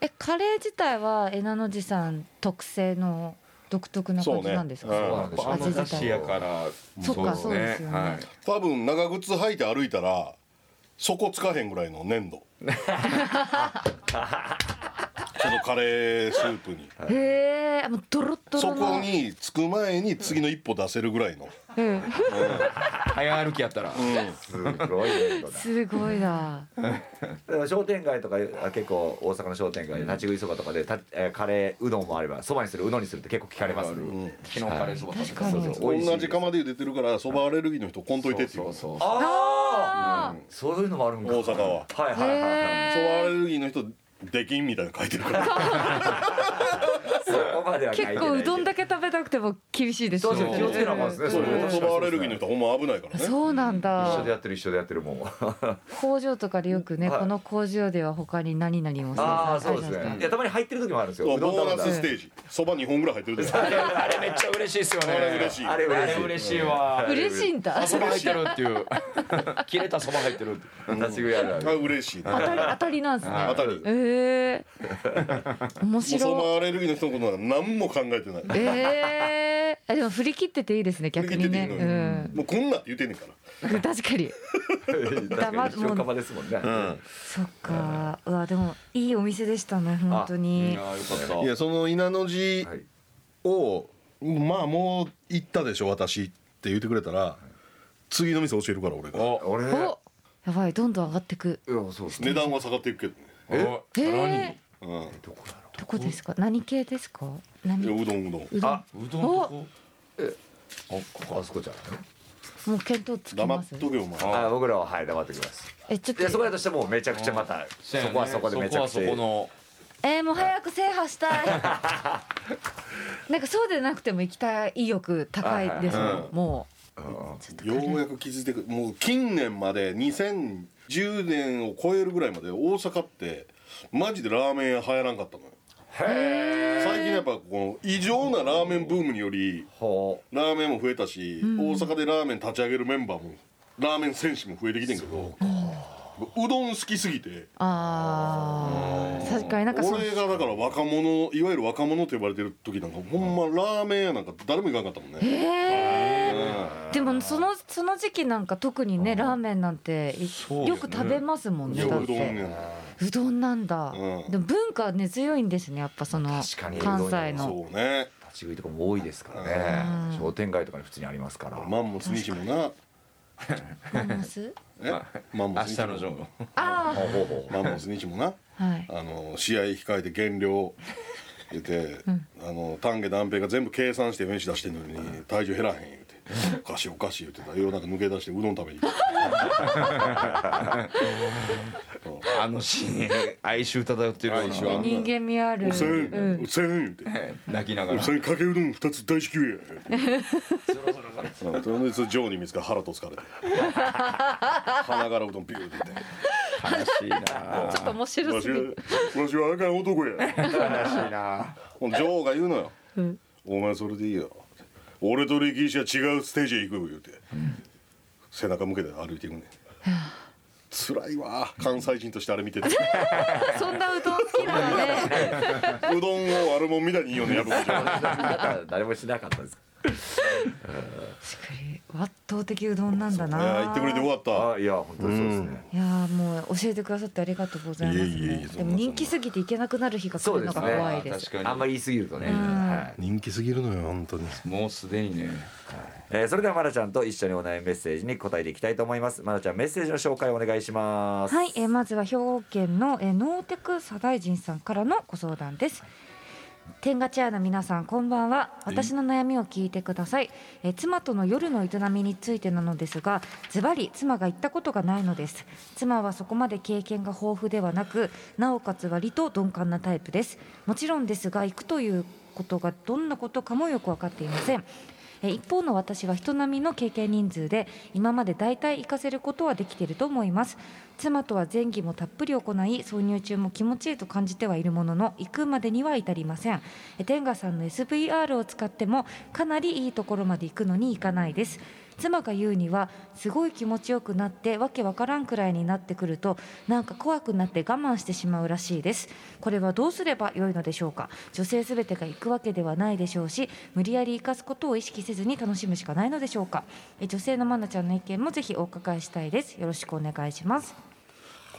Speaker 5: えカレー自体はえなのじさん特製の独特な感じなんですか
Speaker 2: そうねうん
Speaker 3: やっぱ
Speaker 4: あ
Speaker 5: 味
Speaker 4: の
Speaker 5: 自
Speaker 4: 出汁
Speaker 5: 体
Speaker 4: やから
Speaker 5: そっかそうですよね
Speaker 4: は
Speaker 2: 多分長靴履いて歩いたらそこつかへんぐらいの粘土 そのカレースープに
Speaker 5: へえあもうドロッド
Speaker 2: そ
Speaker 5: ロ
Speaker 2: こ
Speaker 5: の
Speaker 2: に着く前に次の一歩出せるぐらいの
Speaker 5: うん
Speaker 4: い早歩きやったら
Speaker 3: すごいねこれ
Speaker 5: すごいな
Speaker 3: だから商店街とかあ結構大阪の商店街で立ち食いそばとかでたえーカレーうどんもあればそばにするうどんにするって結構聞かれます
Speaker 2: ん
Speaker 4: 昨日カレーそば食べた
Speaker 5: 確かに
Speaker 3: そう
Speaker 2: 同
Speaker 3: 美味しい
Speaker 2: じ釜で茹でてるからそばアレルギーの人こんといてってい
Speaker 4: そううそうそう
Speaker 3: あ
Speaker 5: あ
Speaker 3: あそういうのもあるんか
Speaker 2: 大阪は
Speaker 3: はい
Speaker 5: ー
Speaker 3: はいはいはい
Speaker 2: そばアレルギーの人できんみたいなの書いてるから
Speaker 3: そこまではない
Speaker 5: 結構うどん
Speaker 3: だ
Speaker 5: だけ食べたくても厳しいですよ
Speaker 3: そうそう気をつけなあかんですね
Speaker 2: そ
Speaker 3: そうれ
Speaker 2: 言葉アレルギーの人はほんま危ないからね
Speaker 5: そうなん
Speaker 3: 一緒で
Speaker 5: だ
Speaker 3: やってる一緒でやってるもう
Speaker 5: 工場とかでよくね
Speaker 3: はい
Speaker 5: この工場では他に何々も生
Speaker 3: ああ
Speaker 5: 産さ
Speaker 3: そう
Speaker 5: れて
Speaker 3: です
Speaker 5: るじゃない
Speaker 3: ね
Speaker 5: で
Speaker 3: いやたまに入ってる時もあるんですよ
Speaker 2: ボ
Speaker 3: うどん
Speaker 2: ー
Speaker 3: 食べ
Speaker 2: ナ
Speaker 3: たら
Speaker 2: スステージそば2本ぐらい入ってるでしょ
Speaker 4: あれめっちゃ嬉しいですよね
Speaker 2: あれ嬉しい
Speaker 3: あれ
Speaker 4: あ
Speaker 3: 嬉
Speaker 4: れ
Speaker 3: しい
Speaker 4: 嬉しいわ
Speaker 5: すか嬉しいんだ
Speaker 4: あそば入ってるっていう切れたそば入ってるって
Speaker 3: 立ち食いあるあ
Speaker 2: あ
Speaker 3: る
Speaker 2: 嬉しいね
Speaker 5: 当たり当たりなんですね
Speaker 2: 当たり
Speaker 5: ええ面
Speaker 2: もうそ
Speaker 5: 白い
Speaker 2: ばアレルギーの人のことなんか何も考えてない
Speaker 5: ええあでも振り切ってていいですね逆にね
Speaker 2: 振り切ってていいのもうこんなって言ってんねんから
Speaker 5: うん確かに
Speaker 3: 確かに塩釜ですもんね
Speaker 5: そっかうわでもいいお店でしたね本当に
Speaker 4: あよかった
Speaker 2: いやその稲の字
Speaker 3: はい
Speaker 2: を、まあもう行ったでしょ私って言ってくれたら次の店教えるから俺が
Speaker 4: お
Speaker 3: 俺い
Speaker 5: おやばいどんどん上がってく
Speaker 3: やそうですね
Speaker 2: 値段は下がっていくけどね
Speaker 4: お
Speaker 5: え
Speaker 4: え
Speaker 2: う
Speaker 5: え
Speaker 2: ん
Speaker 5: どこですか何系ですか
Speaker 2: いや
Speaker 5: 何
Speaker 2: うどんうどん
Speaker 5: うどん
Speaker 4: あうどんどこ
Speaker 3: あここあそこじゃん
Speaker 5: もう見当つき
Speaker 2: 黙
Speaker 5: ま
Speaker 2: っ
Speaker 5: す
Speaker 2: とけよお前
Speaker 3: あ僕らははい黙ってきます
Speaker 5: えちょっ
Speaker 3: いやそこ
Speaker 5: と
Speaker 3: だとしてもうめちゃくちゃまたそこはそこでめちゃくちゃ
Speaker 4: そこはそこの
Speaker 5: えーもう早く制覇した いなんかそうでなくても行きたい意欲高いですも
Speaker 2: はいはい
Speaker 5: んも
Speaker 3: うん
Speaker 5: うちょっと
Speaker 2: ようやく気づいてくもう近年まで2010年を超えるぐらいまで大阪ってマジでラーメン屋流行らんかったのよ最近やっぱこの異常なラーメンブームにより
Speaker 3: ほう
Speaker 2: ラーメンも増えたし、大阪でラーメン立ち上げるメンバーもラーメン選手も増えてきてんけどうどん好きすぎて
Speaker 5: あー確かになんかその
Speaker 2: 俺がだから若者いわゆる若者と呼ばれてる時なんかほんまラーメン屋なんか誰も行かなかったもんね、
Speaker 5: えーでもそのその時期なんか特にねラーメンなんてい
Speaker 4: そう
Speaker 5: よ
Speaker 4: です
Speaker 5: く
Speaker 4: ね
Speaker 5: 食べますもん
Speaker 2: い
Speaker 5: ね
Speaker 2: や
Speaker 5: だっ
Speaker 2: うどんね
Speaker 5: てうどんなんだ
Speaker 2: うん
Speaker 5: でも文化は根強いんですねやっぱその
Speaker 3: 確かに
Speaker 5: 関西の
Speaker 2: そうね
Speaker 3: 立ち食いとかも多いですから
Speaker 5: う
Speaker 3: ね
Speaker 5: ん
Speaker 3: 商店街とかに普通にありますから
Speaker 2: マンモス西もな
Speaker 5: マン モス
Speaker 2: えマ
Speaker 4: 明
Speaker 2: ンモス
Speaker 4: 日
Speaker 2: 西
Speaker 4: のジョ
Speaker 2: も
Speaker 4: ー
Speaker 5: あ
Speaker 3: ほうほうほう
Speaker 2: マンモス西もな
Speaker 5: あはい
Speaker 2: あの試合控えて減量言って、あの丹下段平が全部計算して飯出してんのに体重減らへん言うておかしいおかしい言うてた夜中抜け出してうどん食べに行く
Speaker 4: あのシーン哀愁漂ってるような
Speaker 2: 哀愁あん
Speaker 5: 人間味ある
Speaker 2: 「うせ
Speaker 5: うん
Speaker 2: んうせん」言うて
Speaker 4: 泣きな
Speaker 2: 「
Speaker 4: が
Speaker 2: う
Speaker 4: ら
Speaker 2: せんかけうどん2つ大至急や」うんそのそジョーに見つか腹と疲れて鼻からうどんビューって言って
Speaker 4: 悲しいな
Speaker 5: ちょっと
Speaker 2: 「
Speaker 5: 面
Speaker 2: わ
Speaker 5: 白
Speaker 2: し
Speaker 5: すぎる
Speaker 2: はわしはあかん男や」
Speaker 3: 悲しいな
Speaker 2: ほんでジョーが言うのよ「お前それでいいよ」俺と力士は違うステージへ行くよ」言うて、背中向けて歩いていくねん辛いわ関西人としてあれ見ててう
Speaker 5: そんなうどん好きなのね
Speaker 2: どんをあるもんみたいにいいよねやっぱ
Speaker 3: 誰もしなかったです
Speaker 5: 確かに圧倒的うどんなんだ
Speaker 2: い
Speaker 5: な
Speaker 2: や言ってくれてよかった
Speaker 3: あいや本当にそうですね
Speaker 5: いやーもう教えてくださってありがとうございますね
Speaker 2: いえいえいえそんな
Speaker 5: でも人気すぎて行けなくなる日が来るのが怖いです
Speaker 4: 確かに
Speaker 3: あんまり言い過ぎるとね
Speaker 5: ん
Speaker 3: はい
Speaker 2: 人気すぎるのよ本当に
Speaker 4: もうすでにね
Speaker 3: えーそれではまなちゃんと一緒にお悩みメッセージに答えていきたいと思いますまなちゃんメッセージの紹介をお願いします
Speaker 5: はい、えーまずは兵庫県の、えー、ノーテク左大臣さんからのご相談です。天下チェアの皆さんこんばんは私の悩みを聞いてくださいえー妻との夜の営みについてなのですがズバリ妻が行ったことがないのです妻はそこまで経験が豊富ではなくなおかつ割と鈍感なタイプですもちろんですが行くということがどんなことかもよく分かっていませんえー一方の私は人並みの経験人数で今まで大体行かせることはできていると思います妻とは前儀もたっぷり行い挿入中も気持ちいいと感じてはいるものの行くまでには至りませんえー天賀さんの SVR を使ってもかなりいいところまで行くのに行かないです妻が言うにはすごい気持ちよくなってわけわからんくらいになってくるとなんか怖くなって我慢してしまうらしいですこれはどうすれば良いのでしょうか女性すべてが行くわけではないでしょうし無理やり生かすことを意識せずに楽しむしかないのでしょうかえ女性のマナちゃんの意見もぜひお伺いしたいですよろしくお願いします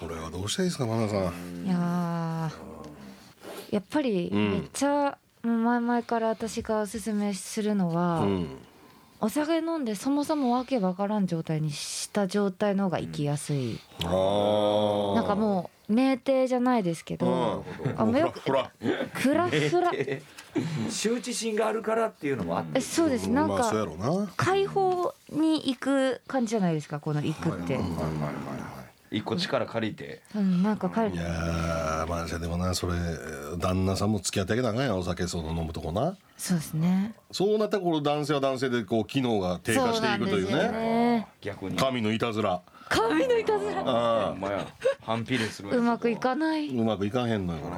Speaker 2: これはどうしたらいいですかマナさん
Speaker 5: いやーやっぱり
Speaker 2: うん
Speaker 5: めっちゃもう前々から私がおすすめするのは、
Speaker 2: うん
Speaker 5: お酒飲んでそもそもわけわからん状態にした状態の方が行きやすい、
Speaker 2: あー
Speaker 5: なんかもう酩酊じゃないですけど、
Speaker 2: うん
Speaker 5: あもうよく
Speaker 2: ほらほら
Speaker 5: フラフラ
Speaker 3: 羞恥心があるからっていうのもあって
Speaker 5: えそうですなん
Speaker 2: まあそうや
Speaker 5: か
Speaker 2: ろうな
Speaker 5: 解放に行く感じじゃないですかこの行くって、
Speaker 3: はいはいはいはい
Speaker 4: 一個力借りて
Speaker 5: うん、なんか彼
Speaker 2: いやーまあでもなそれ旦那さんも付き合ってあげたらあかんやんお酒その飲むとこな
Speaker 5: そうですね
Speaker 2: そうなったらこの男性は男性でこう機能が低下していくという
Speaker 5: そなんです
Speaker 2: ね
Speaker 5: よね
Speaker 4: 逆に
Speaker 2: 神のいたずら
Speaker 5: 髪のいたずら
Speaker 2: あ
Speaker 4: まや反比例する
Speaker 5: うまくいかないう
Speaker 2: まくいかへんのよこれ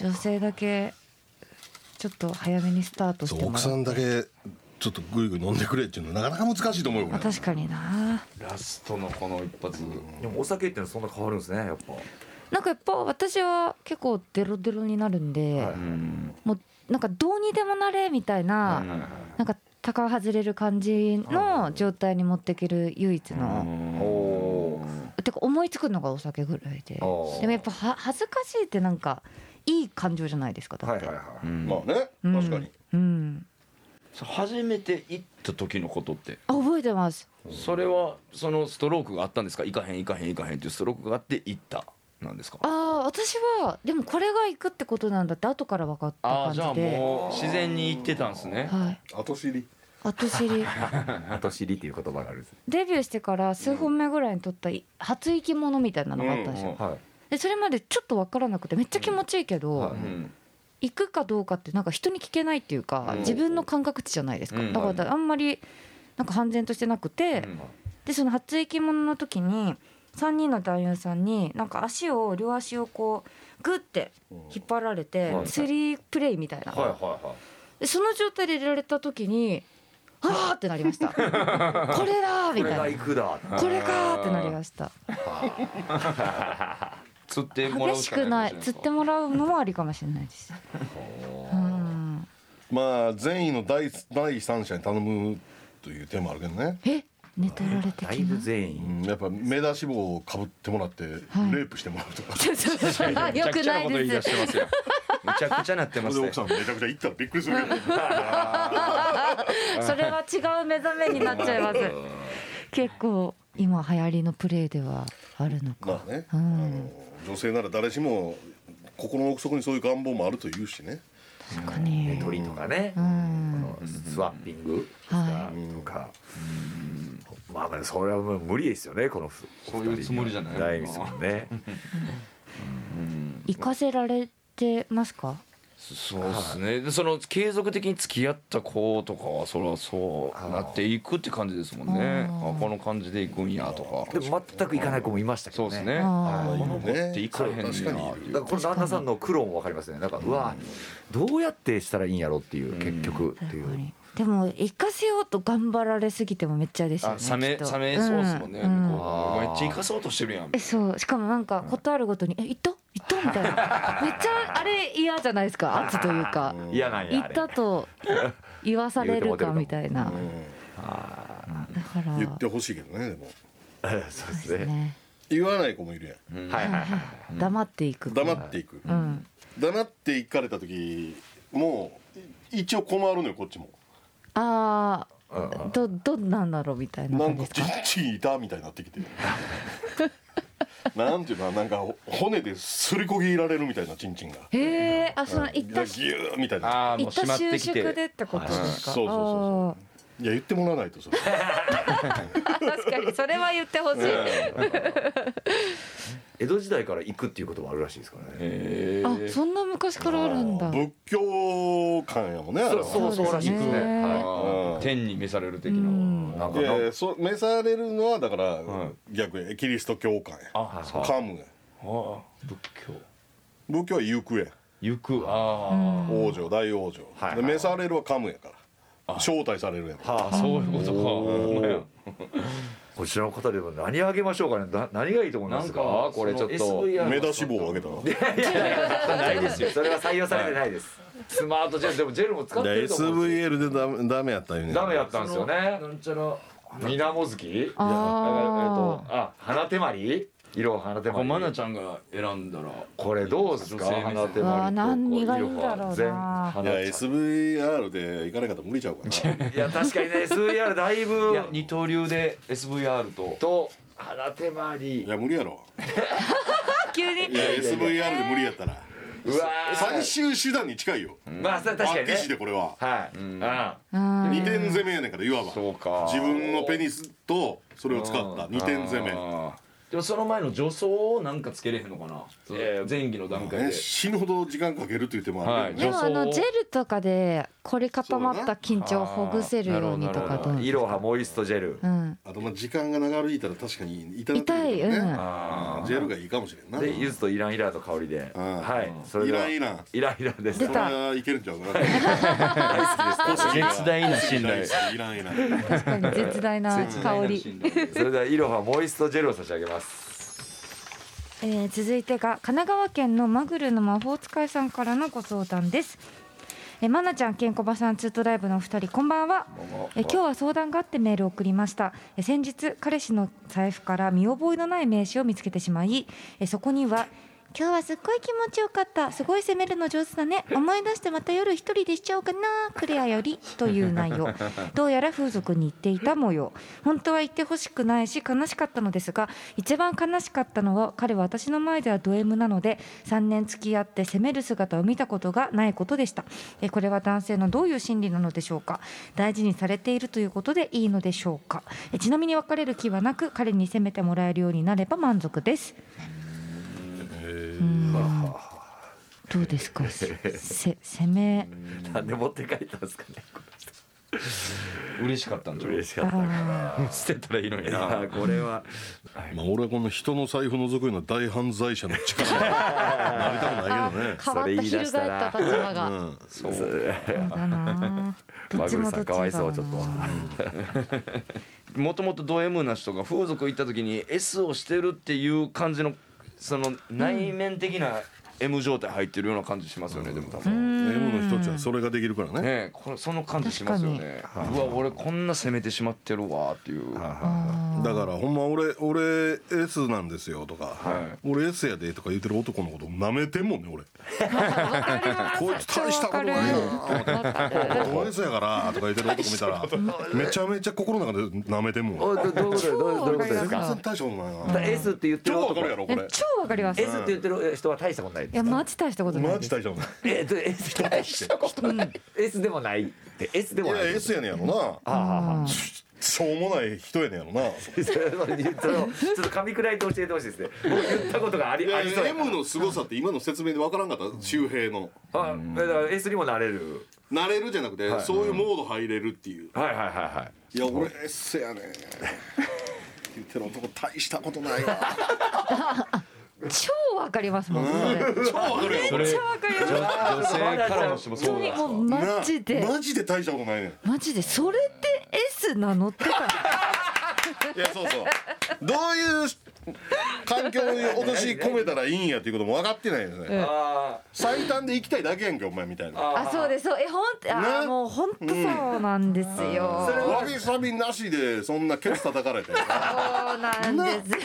Speaker 5: 女性だけちょっと早めにスタートし
Speaker 2: そ
Speaker 5: て
Speaker 2: う奥
Speaker 5: もら
Speaker 2: さ
Speaker 5: うん
Speaker 2: だけちょっとグイグイ飲んでくれっていうのはなかなか難しいと思うよこ
Speaker 5: あ
Speaker 2: れ
Speaker 5: 確かにな
Speaker 4: ラストのこの一発
Speaker 3: でもお酒ってのはそんな変わるんですねやっぱ
Speaker 5: なんかやっぱ私は結構デロデロになるんで、
Speaker 3: はい
Speaker 4: うん
Speaker 5: もうなんかどうにでもなれみたいな、なんか高外れる感じの状態に持っていける唯一の、
Speaker 3: おー
Speaker 5: てか思いつくのがお酒ぐらいでで
Speaker 3: あー
Speaker 5: もやっぱは恥ずかしいってなんかいい感情じゃないですかだ
Speaker 3: は
Speaker 5: っ
Speaker 3: い
Speaker 5: て、
Speaker 3: はいは
Speaker 4: う
Speaker 3: い
Speaker 4: ん
Speaker 2: まあね
Speaker 5: うん
Speaker 2: 確かに
Speaker 5: うん
Speaker 4: そう初めて行った時のことって
Speaker 5: あ覚えてます
Speaker 4: それはそのストロークがあったんですか行かへん行かへん行かへんっていうストロークがあって行ったなんですか
Speaker 5: あー私はでもこれが行くってことなんだって後から分かった
Speaker 4: あー
Speaker 5: 感
Speaker 4: じゃあ
Speaker 5: じで
Speaker 4: もう自然に行ってたんですね
Speaker 5: はい
Speaker 2: 後知り
Speaker 5: 後知り
Speaker 3: 後知りっていう言葉があるんですね
Speaker 5: デビューしてから数本目ぐらいに撮ったい初生き物みたいなのがあったんですよ、
Speaker 4: うん
Speaker 3: はい
Speaker 5: でそれまでちょっと分からなくてめっちゃ気持ちいいけど、
Speaker 3: うんはい
Speaker 4: うん
Speaker 5: 行くかどうかってなんか人に聞けないっていうか、
Speaker 4: うん
Speaker 5: 自分の感覚値じゃないですか、
Speaker 4: うん
Speaker 5: だからあんまりなんか半然としてなくて、でその初生き物の時に3人の男優さんになんか足を両足をこうグッて引っ張られて、
Speaker 4: はい
Speaker 5: スリープレイみたいな、
Speaker 4: はいはいはい
Speaker 5: でその状態で入れられた時に「あーってな りましたこれだーみ
Speaker 3: これ
Speaker 5: た
Speaker 3: が
Speaker 5: い
Speaker 3: 行
Speaker 5: な
Speaker 3: くだ
Speaker 5: これかーってなりました
Speaker 4: 釣ってもらう
Speaker 5: 激
Speaker 4: し
Speaker 5: し
Speaker 4: かないかもし
Speaker 5: くな
Speaker 4: れ
Speaker 5: い
Speaker 4: ん
Speaker 5: 釣ってもらうのもありかもしれないですうん
Speaker 2: まあ善意の第第三者に頼むという手もあるけどね
Speaker 5: え寝取られて
Speaker 3: だ
Speaker 5: き
Speaker 3: いぶ
Speaker 5: な
Speaker 3: 全
Speaker 2: う
Speaker 3: 員
Speaker 2: んやっぱ目出し帽をかぶってもらってレ
Speaker 5: い
Speaker 2: イプしてもらうとか
Speaker 5: よくないです。
Speaker 4: むちゃくちゃなこと言い出してますよむちゃくちゃなってま
Speaker 2: そ
Speaker 4: す
Speaker 2: れで
Speaker 4: ね
Speaker 2: 奥さんめちゃくちゃ行ったらびっくりするけど
Speaker 5: それは違う目覚めになっちゃいます。結構今流行りのプレイではあるのか
Speaker 2: ま。あね、
Speaker 5: うん
Speaker 2: あの女性なら誰しも心の奥底にそういう願望もあるというしね
Speaker 5: 確かに。
Speaker 3: 鳥とかね、
Speaker 5: ん
Speaker 3: このスワッピングですか、
Speaker 5: は
Speaker 3: とか、まあまあそれはもう無理ですよねこのふ
Speaker 4: そういうつもりじゃない
Speaker 3: ないですもんね
Speaker 5: 行かせられてますか。
Speaker 4: そうですねでその継続的に付き合った子とかはそれはそうなっていくって感じですもんね
Speaker 5: あー
Speaker 4: あこの感じでいくんやとか
Speaker 3: でも全く行かない子もいましたけ
Speaker 4: そ
Speaker 3: ど
Speaker 4: うで
Speaker 3: ね
Speaker 4: すね
Speaker 5: あー
Speaker 4: この子っていかへんねや
Speaker 2: そう確かに
Speaker 3: だからこの旦那さんの苦労も分かりますねなんかうわどうやってしたらいいんやろっていう結局っていう、
Speaker 5: 確かにでも行かせようと頑張られすぎてもめっちゃですよ
Speaker 4: あ
Speaker 5: ね。
Speaker 4: サメ
Speaker 5: きっと
Speaker 4: サメそうっすもんね、
Speaker 5: う
Speaker 4: 向
Speaker 5: ん
Speaker 4: こうめっちゃ生かそうとしてるやん
Speaker 5: えそうしかもなんかことあるごとに「え行った行った?」みたいなめっちゃあれ嫌じゃないですか圧というか
Speaker 3: 嫌なんや
Speaker 5: 行
Speaker 3: あ
Speaker 5: っ
Speaker 3: れ
Speaker 5: たと言わされるかみたいな
Speaker 2: うん
Speaker 5: だから
Speaker 2: 言ってほしいけどねでも
Speaker 3: そうで
Speaker 5: ですす
Speaker 3: ね
Speaker 5: ね
Speaker 2: 言わない子もいるやん
Speaker 3: はいはいはい
Speaker 5: 黙っていく
Speaker 2: 黙っていく、
Speaker 5: うん
Speaker 2: 黙っていかれた時もう一応困るのよこっちも
Speaker 5: あ
Speaker 3: うん
Speaker 5: あどどんなんだろうみたいな
Speaker 2: な
Speaker 5: 感
Speaker 2: ん
Speaker 5: じ
Speaker 2: か
Speaker 5: です
Speaker 2: ち
Speaker 5: か
Speaker 2: っちいいたみたいになってきてなんていうかなんか骨ですりこぎられるみたいなチンチンが
Speaker 5: へえあその
Speaker 2: ギ
Speaker 5: 行
Speaker 2: ュ
Speaker 5: った
Speaker 2: ーみたいな
Speaker 4: ああ
Speaker 5: 行
Speaker 4: もう
Speaker 5: っ
Speaker 4: 閉ま
Speaker 5: た
Speaker 4: って
Speaker 5: 収
Speaker 4: きて
Speaker 5: 縮でってことですか
Speaker 2: はいそうそうそ
Speaker 5: あ
Speaker 2: いや言ってもらわないとそれ
Speaker 5: あ確かにそれは言ってほしい
Speaker 3: 江戸時代から行くっていうこともあるらしいですからね
Speaker 4: へ
Speaker 5: あ
Speaker 4: ー
Speaker 5: そんな昔からあるんだ
Speaker 2: 仏教観やもんねあれは
Speaker 3: そうそうらしいですね
Speaker 5: そうですね
Speaker 3: は
Speaker 4: あ
Speaker 2: うん
Speaker 4: ー天に召される的
Speaker 5: う
Speaker 4: なん
Speaker 3: なんか
Speaker 2: いやい
Speaker 3: な
Speaker 2: やそう召されるのはだから、
Speaker 4: は
Speaker 2: 逆やキリスト教観や
Speaker 4: あそう
Speaker 2: カム
Speaker 4: あ
Speaker 2: や
Speaker 4: あ仏教
Speaker 2: 仏教は行くや
Speaker 4: 行くあ
Speaker 2: 王女大王女、
Speaker 3: はいはい
Speaker 2: で召されるはカムやから招待されるやん
Speaker 4: ーあそういうことかほんまや
Speaker 3: こちらの方でも何あげましょうかねな何がいいと思いますかこれちょっと
Speaker 2: 目出し帽をあげたの
Speaker 3: ないですよそれは採用されてないです、スマートジェルでもジェルも使ってると思うんですよ
Speaker 2: でダメダメやったよね
Speaker 3: ダメやったんですよね
Speaker 4: なんちゃら
Speaker 3: 水面月
Speaker 5: あ
Speaker 3: だからえっと
Speaker 5: あ
Speaker 3: あ花手まり色花手
Speaker 4: これマ
Speaker 3: まり
Speaker 4: ナちゃんが選んだら
Speaker 3: これどうですか
Speaker 4: 女性目線
Speaker 3: 花手
Speaker 5: うわ
Speaker 3: ま
Speaker 5: ー
Speaker 3: り
Speaker 5: 何がいいんだろうな
Speaker 2: いや
Speaker 3: いや
Speaker 2: SVR で行かなかったら無理ちゃうか な
Speaker 3: いや確かにね SVR だいぶ
Speaker 4: いや二刀流で SVR と
Speaker 3: と花手ま
Speaker 2: い
Speaker 3: り
Speaker 2: や無理やろ
Speaker 5: 急
Speaker 2: い
Speaker 5: に
Speaker 2: や SVR で無理やったら
Speaker 3: うわー
Speaker 2: 最終手段に近いよ
Speaker 3: まあそれは確かにね
Speaker 2: あ疑似でこれは
Speaker 3: はい、
Speaker 4: あ
Speaker 5: うん
Speaker 2: 二点攻めやねんからいわば
Speaker 3: そうか
Speaker 2: 自分のペニスとそれを使った二点攻め
Speaker 3: あ
Speaker 4: でもその前の助走をなんかつけれへんのかなその前期の段階
Speaker 2: ね
Speaker 4: で
Speaker 2: 死ぬほど時間かけるっていう手もあるけ
Speaker 5: で
Speaker 2: ど
Speaker 4: はい
Speaker 2: ね
Speaker 5: もあのジェルとかで凝り固まった緊張をほぐせるようにとかどう
Speaker 3: ーイロハモイストジェル
Speaker 5: うん
Speaker 2: あとまあ時間が長引いたら確かに痛なってく
Speaker 5: 痛
Speaker 2: る
Speaker 5: い
Speaker 2: け
Speaker 5: う
Speaker 2: どね
Speaker 5: ん
Speaker 3: あ
Speaker 2: ジェルがいいかもしれんな
Speaker 3: ーでゆずとイランイラーと香りで
Speaker 2: うん
Speaker 3: はいそれでは
Speaker 2: イランイラン
Speaker 3: イランイラです
Speaker 5: 出
Speaker 2: こ
Speaker 5: た
Speaker 2: れはいけるんちゃう かな大好きです
Speaker 4: 絶大な信頼
Speaker 2: 大好きいらんいら ん
Speaker 5: 確かに絶大な香り、
Speaker 3: それではイロハモイストジェルを差し上げます
Speaker 5: えー続いてが神奈川県のマグルの魔法使いさんからのご相談ですえー、まなちゃん、けんこばさん、ツートライブのお二人、こんばんは。えー今日は相談があってメールを送りました。えー先日、彼氏の財布から見覚えのない名刺を見つけてしまい、えーそこには。今日はすっごい気持ちよかった。すごい攻めるの上手だね。思い出してまた夜一人でしちゃおうかな。クレアよりという内 容。どうやら風俗に行っていた模様。本当は行ってほしくないし悲しかったのですが、一番悲しかったのは彼は私の前ではド M なので、3年付き合って攻める姿を見たことがないことでした。えーこれは男性のどういう心理なのでしょうか大事にされているということでいいのでしょうかえーちなみに別れる気はなく彼に責めてもらえるようになれば満足ですうんどうです かせせ責め
Speaker 3: なんで持って帰ったんですかね
Speaker 4: 嬉しかったんじゃ
Speaker 3: 嬉しかった
Speaker 5: あ
Speaker 4: 捨てたらいいのに
Speaker 3: いや
Speaker 4: な
Speaker 3: ーこれは
Speaker 2: まあ俺はこの人の財布覗くような大犯罪者の力に なりたくないけどね
Speaker 5: ー変わ
Speaker 3: それ
Speaker 5: っ
Speaker 3: 言い出
Speaker 5: た翻っ
Speaker 3: したな
Speaker 5: た立場
Speaker 2: う
Speaker 5: が
Speaker 2: ん
Speaker 3: そう
Speaker 5: そうだなど
Speaker 3: マ
Speaker 5: っち
Speaker 3: グル
Speaker 5: も
Speaker 3: さん
Speaker 5: どっち
Speaker 3: かわいそうちょっ
Speaker 5: だな
Speaker 3: と
Speaker 4: もともとド M な人が風俗行った時に S をしてるっていう感じのその内面的な M 状態入ってるような感じしますよね、でも多分、ね
Speaker 2: M の一つはそれができるからね
Speaker 4: えこれその感じしますよねうわ俺こんな攻めてしまってるわっていう
Speaker 2: だからほんま俺俺 S なんですよとか俺 S やでとか言ってる男のこと舐めてんもんね 俺こいつ大したことないよ俺 S やからとか言ってる男見た らめちゃめちゃ心の中で舐めてんもん
Speaker 3: おどどういうことどうどういうことです
Speaker 2: 全
Speaker 3: か
Speaker 2: 然大したことない
Speaker 3: だ
Speaker 2: な
Speaker 3: S って言ってる
Speaker 2: 超わ
Speaker 3: 男
Speaker 2: かるやろこ
Speaker 5: え
Speaker 2: れ
Speaker 5: 超わかりますい
Speaker 3: S って言ってる人は大したことないです
Speaker 5: やマジ大したことない
Speaker 2: マ
Speaker 5: で
Speaker 2: ジ
Speaker 5: す
Speaker 2: 大したことない
Speaker 3: えっと S 大したことない S でもないって S でも
Speaker 2: い
Speaker 3: ない
Speaker 2: や S やねんやろな
Speaker 3: ああああああ
Speaker 2: しょうもない人やねんやろな。
Speaker 3: それは言ったのちょっと噛み砕いて教えてほしいですね僕言ったことがありありそうやから
Speaker 2: M の凄さって今の説明でわからんかった周平の。
Speaker 3: あだから S にもなれる
Speaker 2: なれるじゃなくて、そういうモード入れるっていう。
Speaker 3: はいはいはいはい
Speaker 2: いや俺 S やねん。言ってる男大したことないわ。
Speaker 5: 超わかりますもんそれ
Speaker 2: 超わかるよ。
Speaker 5: めっちゃわかります
Speaker 4: 女性からの人もそう
Speaker 5: 本当
Speaker 4: なん
Speaker 5: に
Speaker 4: ですか
Speaker 5: もう
Speaker 2: な
Speaker 5: マジで
Speaker 2: マジで大したことないねん。い
Speaker 5: マジでそれって S なのってか
Speaker 2: やそうそう。どういう環境に落とし込めたらいいんやっていうことも分かってないよね。
Speaker 3: あ
Speaker 2: 最短で行きたいだけやんけお前みたいな。
Speaker 5: あそうですそうえほんあ
Speaker 2: ね
Speaker 5: ーもう本当そうなんですよ、そ
Speaker 2: わびさびなしでそんなケツ叩かれて。
Speaker 5: うなんですよ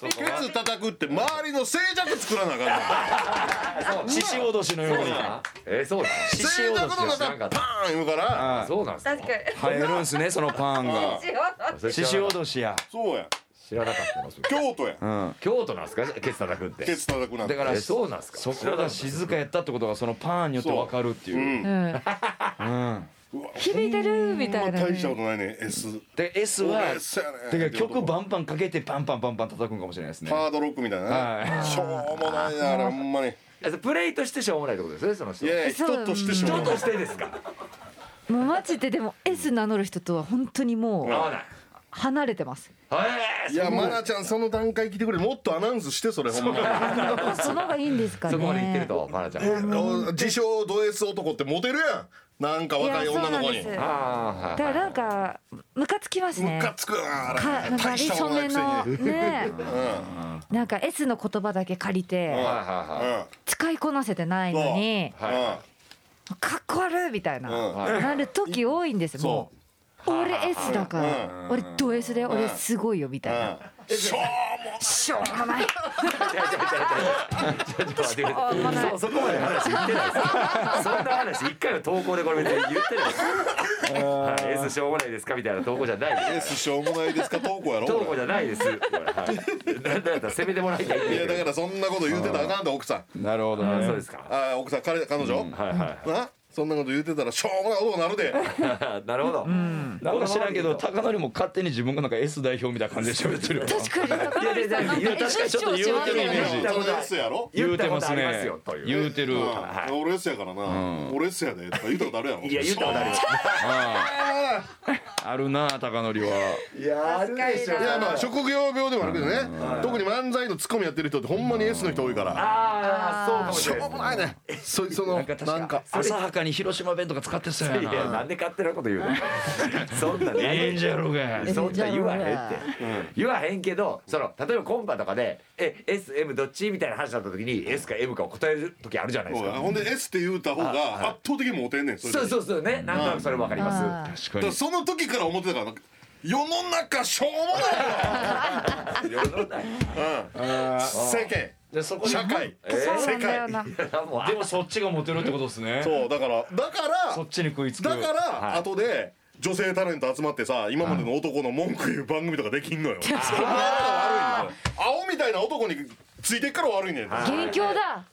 Speaker 2: ケツ叩くって周りの静寂作らなあかんねん。
Speaker 4: 獅子脅しのように
Speaker 3: あえそうだ
Speaker 2: 静寂の
Speaker 3: し知らん
Speaker 2: 中
Speaker 3: かっ
Speaker 2: パーン言うから
Speaker 3: たそうなんです
Speaker 5: 確か
Speaker 4: 生えるんすねそのパンが
Speaker 3: か
Speaker 4: 獅子脅しや
Speaker 2: そうやん
Speaker 3: 知らなかったのそれ
Speaker 2: 京都やん
Speaker 3: 京都なんですかケツ叩くって
Speaker 2: ケツ叩くなんて
Speaker 4: だから
Speaker 3: えそうなんですか
Speaker 4: そこが静かやったってことがそのパンによってわかるっていう
Speaker 2: う
Speaker 5: に、うんん、響いてるみたい
Speaker 2: ほ
Speaker 5: な、
Speaker 2: んま大したこ
Speaker 5: ね、
Speaker 2: とないね S
Speaker 4: で S は
Speaker 2: 俺 S や
Speaker 4: だ
Speaker 2: ね
Speaker 4: から曲バンバンかけてパンパンパンパン叩くんかもしれないですね
Speaker 2: ハードロックみたいなね
Speaker 4: は
Speaker 2: しょうもないなあれほんまに
Speaker 3: えプレイとしてしょうもないってことですねその人
Speaker 2: いやいや
Speaker 5: そう
Speaker 2: 人としてしょうも
Speaker 3: 人
Speaker 2: ない
Speaker 3: としてですか
Speaker 5: もうマジででも S 名乗る人とは本当にも
Speaker 3: 合わ
Speaker 5: う
Speaker 3: ない
Speaker 5: 離れてます
Speaker 3: え
Speaker 2: いやマナちゃんその段階聞いてくれもっとアナウンスしてそれほんまに
Speaker 5: その方がいいんですか
Speaker 3: ー
Speaker 5: ね
Speaker 3: そこまで言ってるとマナちゃんは
Speaker 2: お自称ド S 男ってモテるやんなんか
Speaker 5: い
Speaker 2: 若
Speaker 5: や
Speaker 2: い
Speaker 5: そう
Speaker 2: 女
Speaker 5: な
Speaker 2: の
Speaker 5: ん
Speaker 2: 子
Speaker 5: で
Speaker 2: に
Speaker 5: す
Speaker 2: ム
Speaker 5: だ
Speaker 3: あ
Speaker 5: か
Speaker 3: あはい
Speaker 5: らなんかムカつきますね
Speaker 2: カつくなあれ
Speaker 5: かなんか
Speaker 2: 大
Speaker 5: り
Speaker 2: した
Speaker 5: そ
Speaker 2: ことない
Speaker 5: め
Speaker 2: くせに
Speaker 5: のね
Speaker 2: うん
Speaker 5: なんか S の言葉だけ借り
Speaker 3: は
Speaker 5: て
Speaker 3: いはいはい
Speaker 5: 使いこなせてないのにかっこ悪いみたい
Speaker 2: うん
Speaker 5: な
Speaker 2: うん
Speaker 5: なる時多いんですも
Speaker 2: そう
Speaker 5: 俺 S だから俺ド S で俺すごいよみたいなしょうもない
Speaker 3: ちょっと待ってくださいそそこまで話言ってないですそんな話一回の投稿でこれ別に言ってないですはい S しょうもないですかみたいな投稿じゃないです
Speaker 2: S しょうもないですか投稿やろ
Speaker 3: 投稿
Speaker 2: こ
Speaker 3: じゃないですこれはいなんだったら攻めてもらいたいって
Speaker 2: れい
Speaker 3: い
Speaker 2: や
Speaker 3: う
Speaker 2: だからそんなこと言うてたらあかんだ奥さん
Speaker 4: なるほど
Speaker 3: あ
Speaker 4: ね
Speaker 3: そうですか
Speaker 2: あー奥さん彼彼女、
Speaker 3: はいはい
Speaker 2: なそんなこと言うてたらしょうもない男になるで
Speaker 3: なるほど
Speaker 4: なんか知らんけど高則も勝手に自分がなんか S 代表みたいな感じで喋ってるよ
Speaker 5: 確かに
Speaker 3: いやいやいやいや
Speaker 4: 確かにちょっと言うてるイメージ
Speaker 2: その S やろ
Speaker 4: 言うてます
Speaker 3: 言ったことありま
Speaker 4: ね
Speaker 3: すよという
Speaker 4: 言うてる
Speaker 2: うん俺 S やからな、俺 S やでとか言うたことあるやろ
Speaker 3: いや言ったことあります
Speaker 4: あるなあ高則は。
Speaker 3: いやあるでしょ
Speaker 5: 確かにない
Speaker 2: やまあ職業病でもあるけどね、特に漫才のツッコミやってる人ってほんまに S の人多いから、
Speaker 3: ああそうかもし
Speaker 2: し
Speaker 3: れ
Speaker 2: ょう
Speaker 3: ない
Speaker 2: もないねそその
Speaker 4: なんか確か
Speaker 2: なんか
Speaker 4: 浅はかに広島弁とか使ってそうや
Speaker 3: いやな
Speaker 4: な。
Speaker 3: んで勝手なこと言う のそんなね
Speaker 4: ええんじゃろうが。
Speaker 3: そんなん言わへんって、言わへんけどその例えばコンパとかで「え SM どっち?」みたいな話だった時に「S か M か」を答える時あるじゃないです
Speaker 2: そうや
Speaker 3: か
Speaker 2: ほんで S って言うた方が圧倒的にモテんねんそれで
Speaker 3: そうそうそうねなんとなくそれ分かりま
Speaker 4: 確か
Speaker 2: だ
Speaker 3: す
Speaker 5: あー
Speaker 2: から
Speaker 4: に。
Speaker 2: その時から思ってたから世の中しょうも
Speaker 3: 世の中
Speaker 2: ない世間
Speaker 4: でそこに
Speaker 2: 社会、
Speaker 5: そうな
Speaker 2: 世
Speaker 5: んだよ
Speaker 2: 界
Speaker 5: な
Speaker 3: もうあ
Speaker 4: でもそっちがモテるってことですね。
Speaker 2: そうだからだから
Speaker 4: そっちに食いつく。
Speaker 2: だから、
Speaker 3: はい
Speaker 2: 後で女性タレント集まってさ今までの男の文句言う番組とかできんのよそれが悪いの青みたいな男についてっから悪いねん、うん、
Speaker 3: はい
Speaker 5: 元凶だ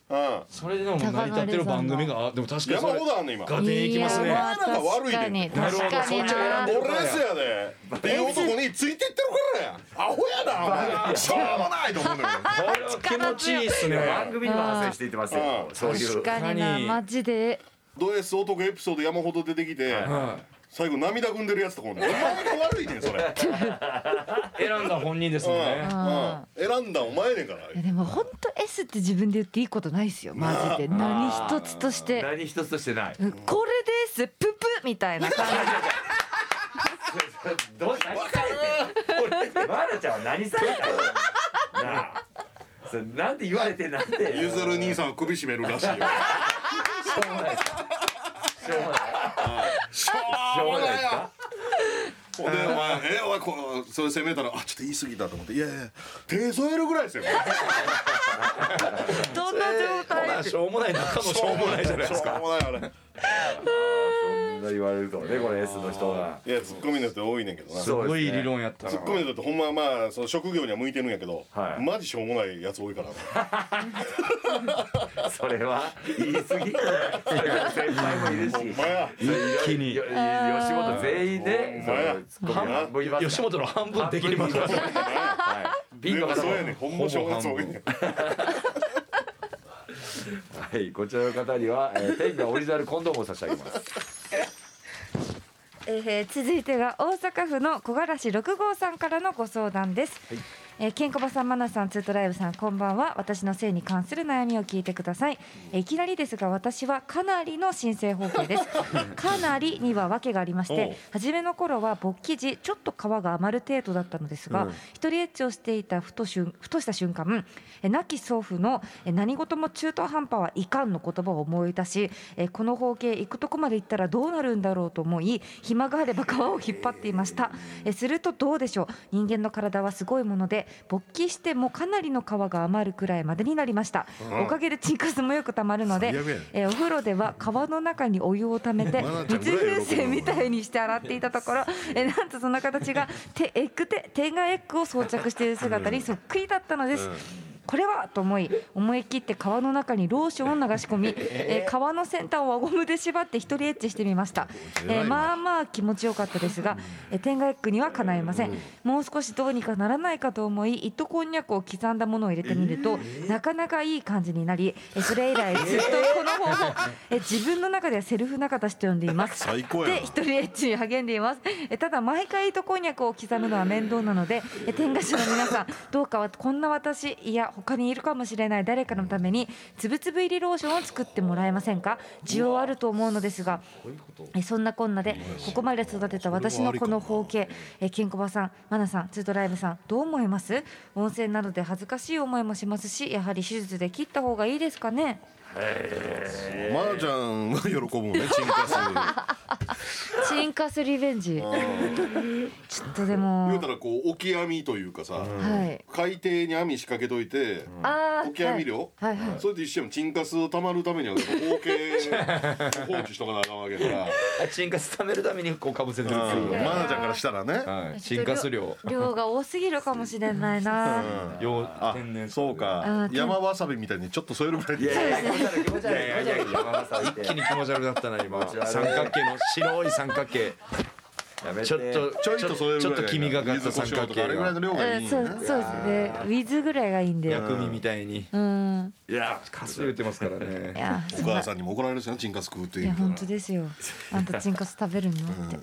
Speaker 4: それでも成り立ってる番組があでも確かに
Speaker 2: 山
Speaker 4: それ
Speaker 2: ほどあんねん今
Speaker 4: ガテンいきます
Speaker 5: い
Speaker 4: ね。
Speaker 5: やまあ確かに
Speaker 4: なるほど
Speaker 5: 確かに
Speaker 4: そっちを選ん
Speaker 5: な
Speaker 4: でる
Speaker 2: 俺ですやでっていう男についてってるからやアホやなお前しょうもないと思うんだけ
Speaker 4: これは気持ちいいっすね。
Speaker 3: 番組にも発生していってますよ
Speaker 2: うん
Speaker 3: そういう
Speaker 5: 確かになマジで
Speaker 2: どド S 男エピソード山ほど出てきて、最後涙ぐんでるやつとかお前が悪いねんそれ、
Speaker 4: 選んだ本人ですもんね。
Speaker 2: うんうん、選んだお前ねんから
Speaker 5: いやでも本当 S って自分で言っていいことないですよマジで何一つとしてこれ
Speaker 3: 何一つとしてない
Speaker 5: ですププみたいな感
Speaker 3: どう何されてんマルちゃんは何された のなあそれなんて言われてなんて
Speaker 2: ゆずる兄さんは首絞めるらしいよ
Speaker 3: しょうもな い
Speaker 2: しょうもないよほんでお前えお前こうそれ責めたらあちょっと言い過ぎたと思っていやいや手添えるぐら いですよ
Speaker 5: じどんな状 態
Speaker 4: まあしょうもない中のしょうもないじゃないです
Speaker 2: しょ
Speaker 4: か
Speaker 2: う。もないあれ
Speaker 3: そんな言われるとねこれ S の人が
Speaker 2: いやツッコミの人多いねんけどな
Speaker 4: す
Speaker 2: ツ
Speaker 3: う
Speaker 4: ごい理論やったな。
Speaker 2: ッコミの人ってほんままあその職業には向いてるんやけど、
Speaker 3: はい
Speaker 2: マジしょうもないやつ 多いから
Speaker 3: それは言い過ぎそれは先輩もいるし
Speaker 2: ほんまや
Speaker 4: 一気に
Speaker 3: よよ吉本全員で
Speaker 2: ほんまや
Speaker 3: そのツッコミがもういますから
Speaker 4: 吉本の半分できりました。
Speaker 3: はいビンゴ
Speaker 2: でも
Speaker 3: が
Speaker 2: そうやねんほんましょうもないやつ多いねん
Speaker 3: はいこちらの方には、えー、天下オリジナルコンドームを差し上げます
Speaker 5: えー続いては大阪府の小柄市六号さんからのご相談です。えーケンコバさん、マナさん、ツートライブさん、こんばんは。私の性に関する悩みを聞いてください。えーいきなりですが、私はかなりの申請方法 です。かなりには訳がありまし
Speaker 2: おう
Speaker 5: て、初めの頃は勃起時、ちょっと皮が余る程度だったのですが、一人エッチをしていたふとしゅんふとした瞬間、えー亡き祖父のえー何事も中途半端はいかんの言葉を思い出し、えーこの方形行くとこまで行ったらどうなるんだろうと思い暇があれば皮を引っ張っていました、えーするとどうでしょう人間の体はすごいもので勃起してもかなりの皮が余るくらいまでになりました、おかげでチンカスもよくたまるので
Speaker 2: 最悪やん、
Speaker 5: えーお風呂では皮の中にお湯をためて
Speaker 2: まなちゃん
Speaker 5: 水
Speaker 2: ぐらい喜ぶ
Speaker 5: 風船みたいにして洗っていたと ころ、えーなんとその形が手エッグテ天眼エッグを装着している姿にそっくりだったのです。これはと思い思い切って川の中にローションを流し込み、えー川の先端を輪ゴムで縛って一人エッチしてみました、えーまあまあ気持ちよかったですが、えー、天外エッグにはかないません、もう少しどうにかならないかと思い糸こんにゃくを刻んだものを入れてみると、なかなかいい感じになり、えーそれ以来ずっとこの方法、えー自分の中ではセルフ中田氏と呼んでいます
Speaker 2: 最高や
Speaker 5: で
Speaker 2: な
Speaker 5: 一人エッチに励んでいますえただ毎回糸こんにゃくを刻むのは面倒なのでえ天下師の皆さんどうかはこんな私いや他にいるかもしれない誰かのためにつぶつぶ入りローションを作ってもらえませんか需要あると思うのですがえそんなこんなでここまで育てた私のこの方形えケンコバさんマナさんツートライブさんどう思います温泉などで恥ずかしい思いもしますしやはり手術で切った方がいいですかね
Speaker 2: マージャンは喜ぶもんねチンカス
Speaker 5: チンカスリベンジちょっとでも
Speaker 2: 言うたらこうオキアミというかさ、
Speaker 5: はい
Speaker 2: 海底に網仕掛けといて、
Speaker 5: あー
Speaker 2: オキアミ漁、
Speaker 5: はいはいはい
Speaker 2: それと一緒に沈カスをたまるためには合計放置しとかなあかんわけだから、
Speaker 6: あチンカス貯めるためにこうかぶせてる
Speaker 2: うん
Speaker 6: んですよ
Speaker 2: マナちゃんからしたらね、
Speaker 6: はいチンカス量
Speaker 5: 量が多すぎるかもしれないな
Speaker 6: よ
Speaker 2: あ
Speaker 6: 天然
Speaker 2: そう
Speaker 5: あ
Speaker 2: か
Speaker 5: ー天
Speaker 2: 山わさびみたいにちょっと添えるぐらい
Speaker 3: い
Speaker 2: で
Speaker 3: やいやいや気持ち悪い気持ち悪い
Speaker 6: 一気に気持ち悪くなったな今
Speaker 3: ち悪い
Speaker 6: 三角形の白い三角形
Speaker 3: やめて
Speaker 6: ちょっと
Speaker 2: ちょいと添えるぐらい
Speaker 6: ちょっと黄身がかった
Speaker 2: 水胡
Speaker 6: 三
Speaker 2: 椒
Speaker 6: 角
Speaker 2: とか
Speaker 6: 形
Speaker 2: あれぐらいの
Speaker 6: が
Speaker 2: 量が
Speaker 5: う
Speaker 2: い
Speaker 5: ん
Speaker 2: い
Speaker 5: そ
Speaker 2: よ
Speaker 5: う
Speaker 2: ね
Speaker 5: そうですねウィズぐらいがいいんで
Speaker 6: 薬味みたいに
Speaker 5: うん
Speaker 6: いやカス言ってますからね
Speaker 5: いや
Speaker 2: お
Speaker 5: そんな
Speaker 2: 母さんにも怒られるしなチンカス食うって
Speaker 5: い
Speaker 2: 言
Speaker 5: や
Speaker 2: うから
Speaker 5: 本当ですよあんたチンカス食べるのって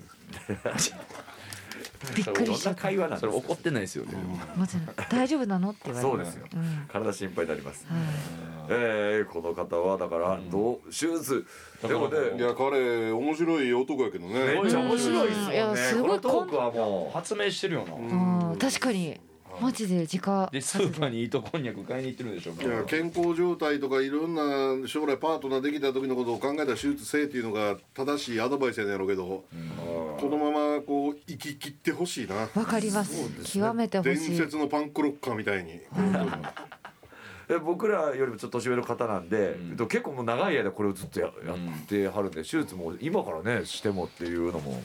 Speaker 5: びっくりし
Speaker 3: ど
Speaker 5: ち
Speaker 3: ん
Speaker 5: ゃ
Speaker 3: な
Speaker 5: った
Speaker 3: 会話なん
Speaker 6: それ
Speaker 3: です
Speaker 6: 怒ってないですよね
Speaker 5: マジで大丈夫なのって言われる
Speaker 3: そうですよ
Speaker 5: うん
Speaker 3: 体心配になります
Speaker 5: はい
Speaker 3: えーこの方はだからどう手術でもね
Speaker 2: いや彼面白い男やけどね
Speaker 3: めっちゃ面白いです
Speaker 5: い
Speaker 3: よ
Speaker 5: や
Speaker 3: ね
Speaker 5: す
Speaker 3: こ
Speaker 5: ご
Speaker 3: の
Speaker 5: い
Speaker 3: トークはも
Speaker 6: 発明してるよな
Speaker 5: うん確かにマジで自家
Speaker 6: でスーパーに糸こんにゃく買いに行ってるんでしょ
Speaker 2: い
Speaker 6: う
Speaker 2: や健康状態とかいろんな将来パートナーできた時のことを考えた手術せえっていうのが正しいアドバイスやねんやろうけど、このままこう生き切ってほしいな
Speaker 5: わかります極めてほ
Speaker 2: 伝
Speaker 5: しい
Speaker 2: 説のパンクロッカーみたいに
Speaker 3: うえ僕らよりもちょっと年上の方なんででも結構もう長い間これをずっとややってはるんで手術も今からねしてもっていうのも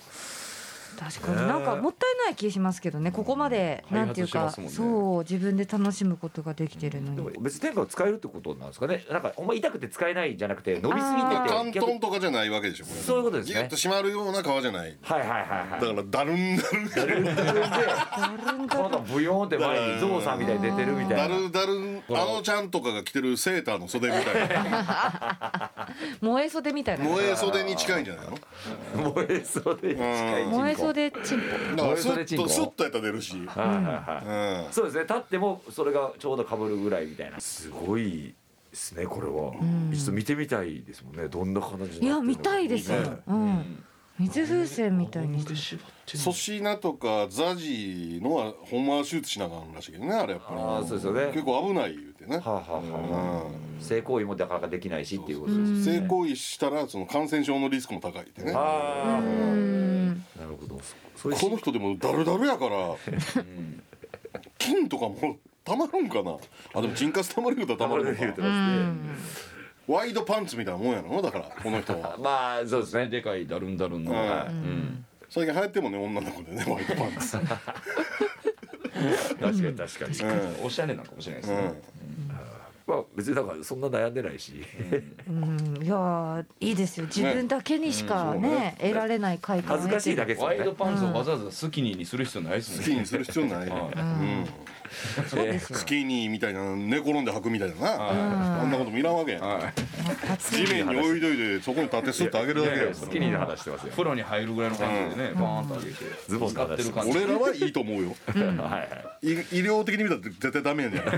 Speaker 5: 確かになんかもったいない気しますけどねここまでなんていうか
Speaker 6: 開発してますもんね
Speaker 5: そう自分で楽しむことができてるの
Speaker 3: でも
Speaker 5: に
Speaker 3: 別に天下を使えるってことなんですかねなんかお前痛くて使えないじゃなくて伸びす
Speaker 5: あー
Speaker 3: ぎ
Speaker 2: 関
Speaker 3: てて逆
Speaker 2: 東
Speaker 3: に
Speaker 2: とかじゃないわけでしょこれ
Speaker 3: そういうことですね
Speaker 2: ギュッと締まるような皮じゃない
Speaker 3: はいはいはいは
Speaker 2: だ
Speaker 3: い
Speaker 2: からだるんだるんだる
Speaker 5: だるんだ
Speaker 3: 体ブヨーンって前にゾウさんみたいに出てるみたいな
Speaker 2: るだるんあのちゃんとかが着てるセーターの袖みたいな
Speaker 5: 燃え袖みたいな
Speaker 2: 萌え袖に近いんじゃないの
Speaker 3: 燃えそうで近い人口
Speaker 5: 燃え袖チン
Speaker 2: だからス
Speaker 3: 萌え袖
Speaker 2: ッ
Speaker 3: チン
Speaker 2: と
Speaker 3: コ
Speaker 2: スッとやったら出るし、うん、
Speaker 3: はいはいはいそうですね立ってもそれがちょうど被るぐらいみたいなすごいですねこれは、ちょっと見てみたいですもんねどんな感じになって
Speaker 5: ポいや見たいですよ
Speaker 3: ね
Speaker 5: うん水風船みたいにして
Speaker 2: 粗品とかザジーのはほんまは手術しながらんらしいけどねあれやっ
Speaker 3: あ
Speaker 2: ぱ
Speaker 3: あそうですよね
Speaker 2: り結構危ない言うてね、
Speaker 3: はあ、はあはあ性行為もなかなかできないしっていうこと
Speaker 2: う
Speaker 3: です
Speaker 2: ん性行為したらその感染症のリスクも高いってねこ
Speaker 3: あ
Speaker 5: うん
Speaker 3: あなるほどそそういう
Speaker 2: の人でもダルダルやから菌とかもたまるんかなあでもチンカスたまることはたまる
Speaker 3: で
Speaker 2: の
Speaker 3: 言うて
Speaker 2: か
Speaker 3: ますね
Speaker 2: ワイドパンツみたいなもんやろだからこの人は
Speaker 3: まあそうですね
Speaker 6: でかいだるんだるんの、
Speaker 2: は
Speaker 6: うん、
Speaker 2: 最近流行ってんもんね女の子でねワイドパンツ、
Speaker 3: 確かに確かに、
Speaker 2: うん
Speaker 6: おしゃれなのかもしれないです
Speaker 2: う
Speaker 6: ね、
Speaker 2: ん
Speaker 3: まあ別にだからそんな悩んでないし、
Speaker 5: うんいやーいいですよ自分だけにしか
Speaker 2: ねうんそう
Speaker 5: ね得られない快感を
Speaker 3: 恥ずかしいだけですよ
Speaker 6: ワ
Speaker 3: ね
Speaker 6: イドパンツをわざわざスキニーにする必要ないです
Speaker 2: ス
Speaker 6: ね
Speaker 2: キーにする必要ない、う
Speaker 6: は
Speaker 2: ん、
Speaker 5: そうですよ
Speaker 2: スキーニーみたいな寝転んで履くみたいな
Speaker 5: は
Speaker 2: な、
Speaker 5: い
Speaker 2: あんなこともいらんわけやん、
Speaker 5: 暑
Speaker 2: 地
Speaker 5: い
Speaker 2: 面に置いといてそこに立ってスッと上げるだけや
Speaker 3: いや
Speaker 2: か
Speaker 3: 好
Speaker 2: ら
Speaker 3: きに話してますよ
Speaker 6: プロに入るぐらいの感じでね、バーンと上げて
Speaker 3: ズボンの
Speaker 6: 使
Speaker 3: 話
Speaker 6: ってる感じ
Speaker 2: 俺らはいいと思うよ
Speaker 3: はいはい
Speaker 2: 医医療的に見たら絶対ダメやねんうん、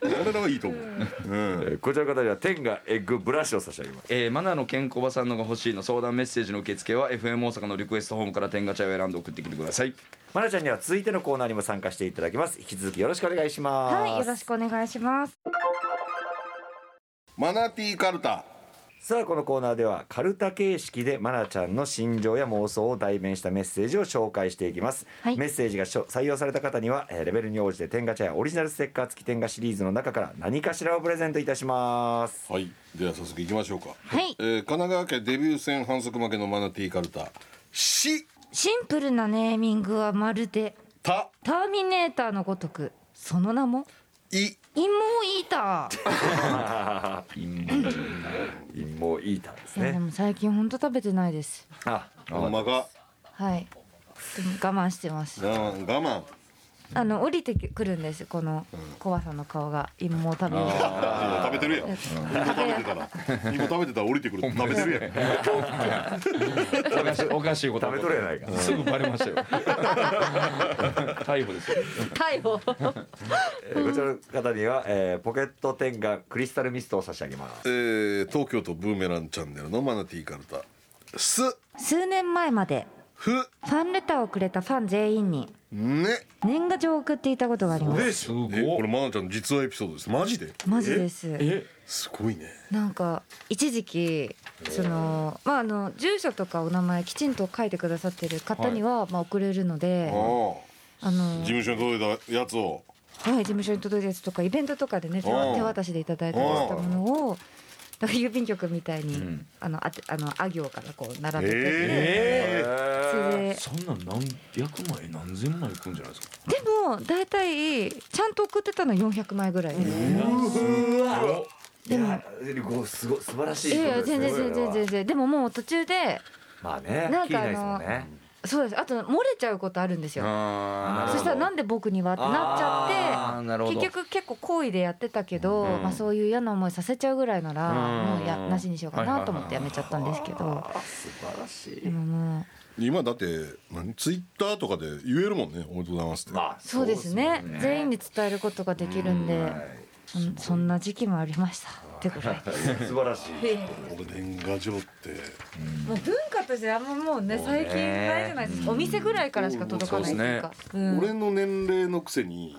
Speaker 2: 俺らはいいと思う、うん
Speaker 3: えーこちらの方には天がエッグブラシを差し上げます
Speaker 6: えーマナーの健康ばさんのが欲しいの相談メッセージの受付は FM 大阪のリクエストホームから天ガチャを選んで送ってきてください
Speaker 3: まなちゃんには続いてのコーナーにも参加していただきます引き続きよろしくお願いします
Speaker 5: はいよろしくお願いします
Speaker 2: マナティーカルタ
Speaker 3: さあこのコーナーではカルタ形式でマナちゃんの心情や妄想を代弁したメッセージを紹介していきます、
Speaker 5: はい
Speaker 3: メッセージがしょ採用された方には、えーレベルに応じて天ガチャやオリジナルステッカー付き天ガシリーズの中から何かしらをプレゼントいたします
Speaker 2: はいでは早速いきましょうか
Speaker 5: はい
Speaker 2: えー神奈川県デビュー戦反則負けのマナティーカルタ「し
Speaker 5: シンプルなネーミングはまるで
Speaker 2: た
Speaker 5: ターミネーターのごとくその名も
Speaker 2: い
Speaker 5: イモイーター
Speaker 3: 陰謀イーターです
Speaker 5: いやで
Speaker 3: ね
Speaker 5: も最近本当食べてないです
Speaker 3: あ」
Speaker 2: ほんまが
Speaker 5: はいでも我慢してます
Speaker 2: な我慢
Speaker 5: あの降りてくるんですこの怖さの顔が芋を食べる
Speaker 2: あー食べてるやん芋食べてたら芋食べてたら降りてくる食べてるやん
Speaker 6: おかし いおかしいこと
Speaker 3: 食べとるやないか
Speaker 6: すぐバレましたよ逮捕ですよ
Speaker 5: 逮捕
Speaker 3: えーこちらの方には、えーポケット天ガクリスタルミストを差し上げます
Speaker 2: えー東京都ブーメランチャンネルのマナティーカルタ「す
Speaker 5: 数年前まで
Speaker 2: ふ
Speaker 5: ファンレターをくれたファン全員に
Speaker 2: ね
Speaker 5: 年賀状を送っていたことがあります
Speaker 2: すごいえこれマナちゃんの実話エピソードですマジで
Speaker 5: マジです
Speaker 4: え
Speaker 2: えすごいね
Speaker 5: なんか一時期そのまああの住所とかお名前きちんと書いてくださってる方には、まあ送れるので
Speaker 2: ああ
Speaker 5: あの
Speaker 2: 事務所に届いたやつを
Speaker 5: はい、事務所に届いたやつとかイベントとかでね手
Speaker 2: うん
Speaker 5: 手渡しでいただいたりしたものをだから郵便局みたいに、あのあてあのあ行からこう並べてて、
Speaker 2: え
Speaker 5: それで
Speaker 4: そんなん何百枚何千枚いくんじゃないですか
Speaker 5: でも大体ちゃんと送ってたのは400枚ぐらいです。でも
Speaker 3: ごすご素晴らしい
Speaker 5: いやいや全然全然全然でももう途中で
Speaker 3: まあね
Speaker 5: なんか
Speaker 3: 切りないですもんね
Speaker 5: そうですあと漏れちゃうことあるんですよ。
Speaker 3: なるほど
Speaker 5: そしたらなんで僕にはってなっち
Speaker 3: あ
Speaker 5: ゃ
Speaker 3: ー
Speaker 5: っ
Speaker 3: なるほ
Speaker 5: て
Speaker 3: ど
Speaker 5: 結局結構好意でやってたけど、まあ、そういう嫌な思いさせちゃうぐらいならもうやなしにしようかなと思ってやめちゃったんですけど
Speaker 3: 素晴らし
Speaker 5: で
Speaker 3: い
Speaker 5: ももう
Speaker 2: 今だって何ツイッターとかで言えるもんねおめでとうございますって
Speaker 3: まあ
Speaker 5: そうですね
Speaker 3: そう
Speaker 5: 全員に伝えることができるんでそんそんな時期もありましたってぐら い
Speaker 3: 素晴らしい
Speaker 2: 俺年賀状って
Speaker 5: もう文化としてあんまもうね最近ないじゃないですかお店ぐらいからしか届かないっていうかうん
Speaker 2: 俺の年齢のくせに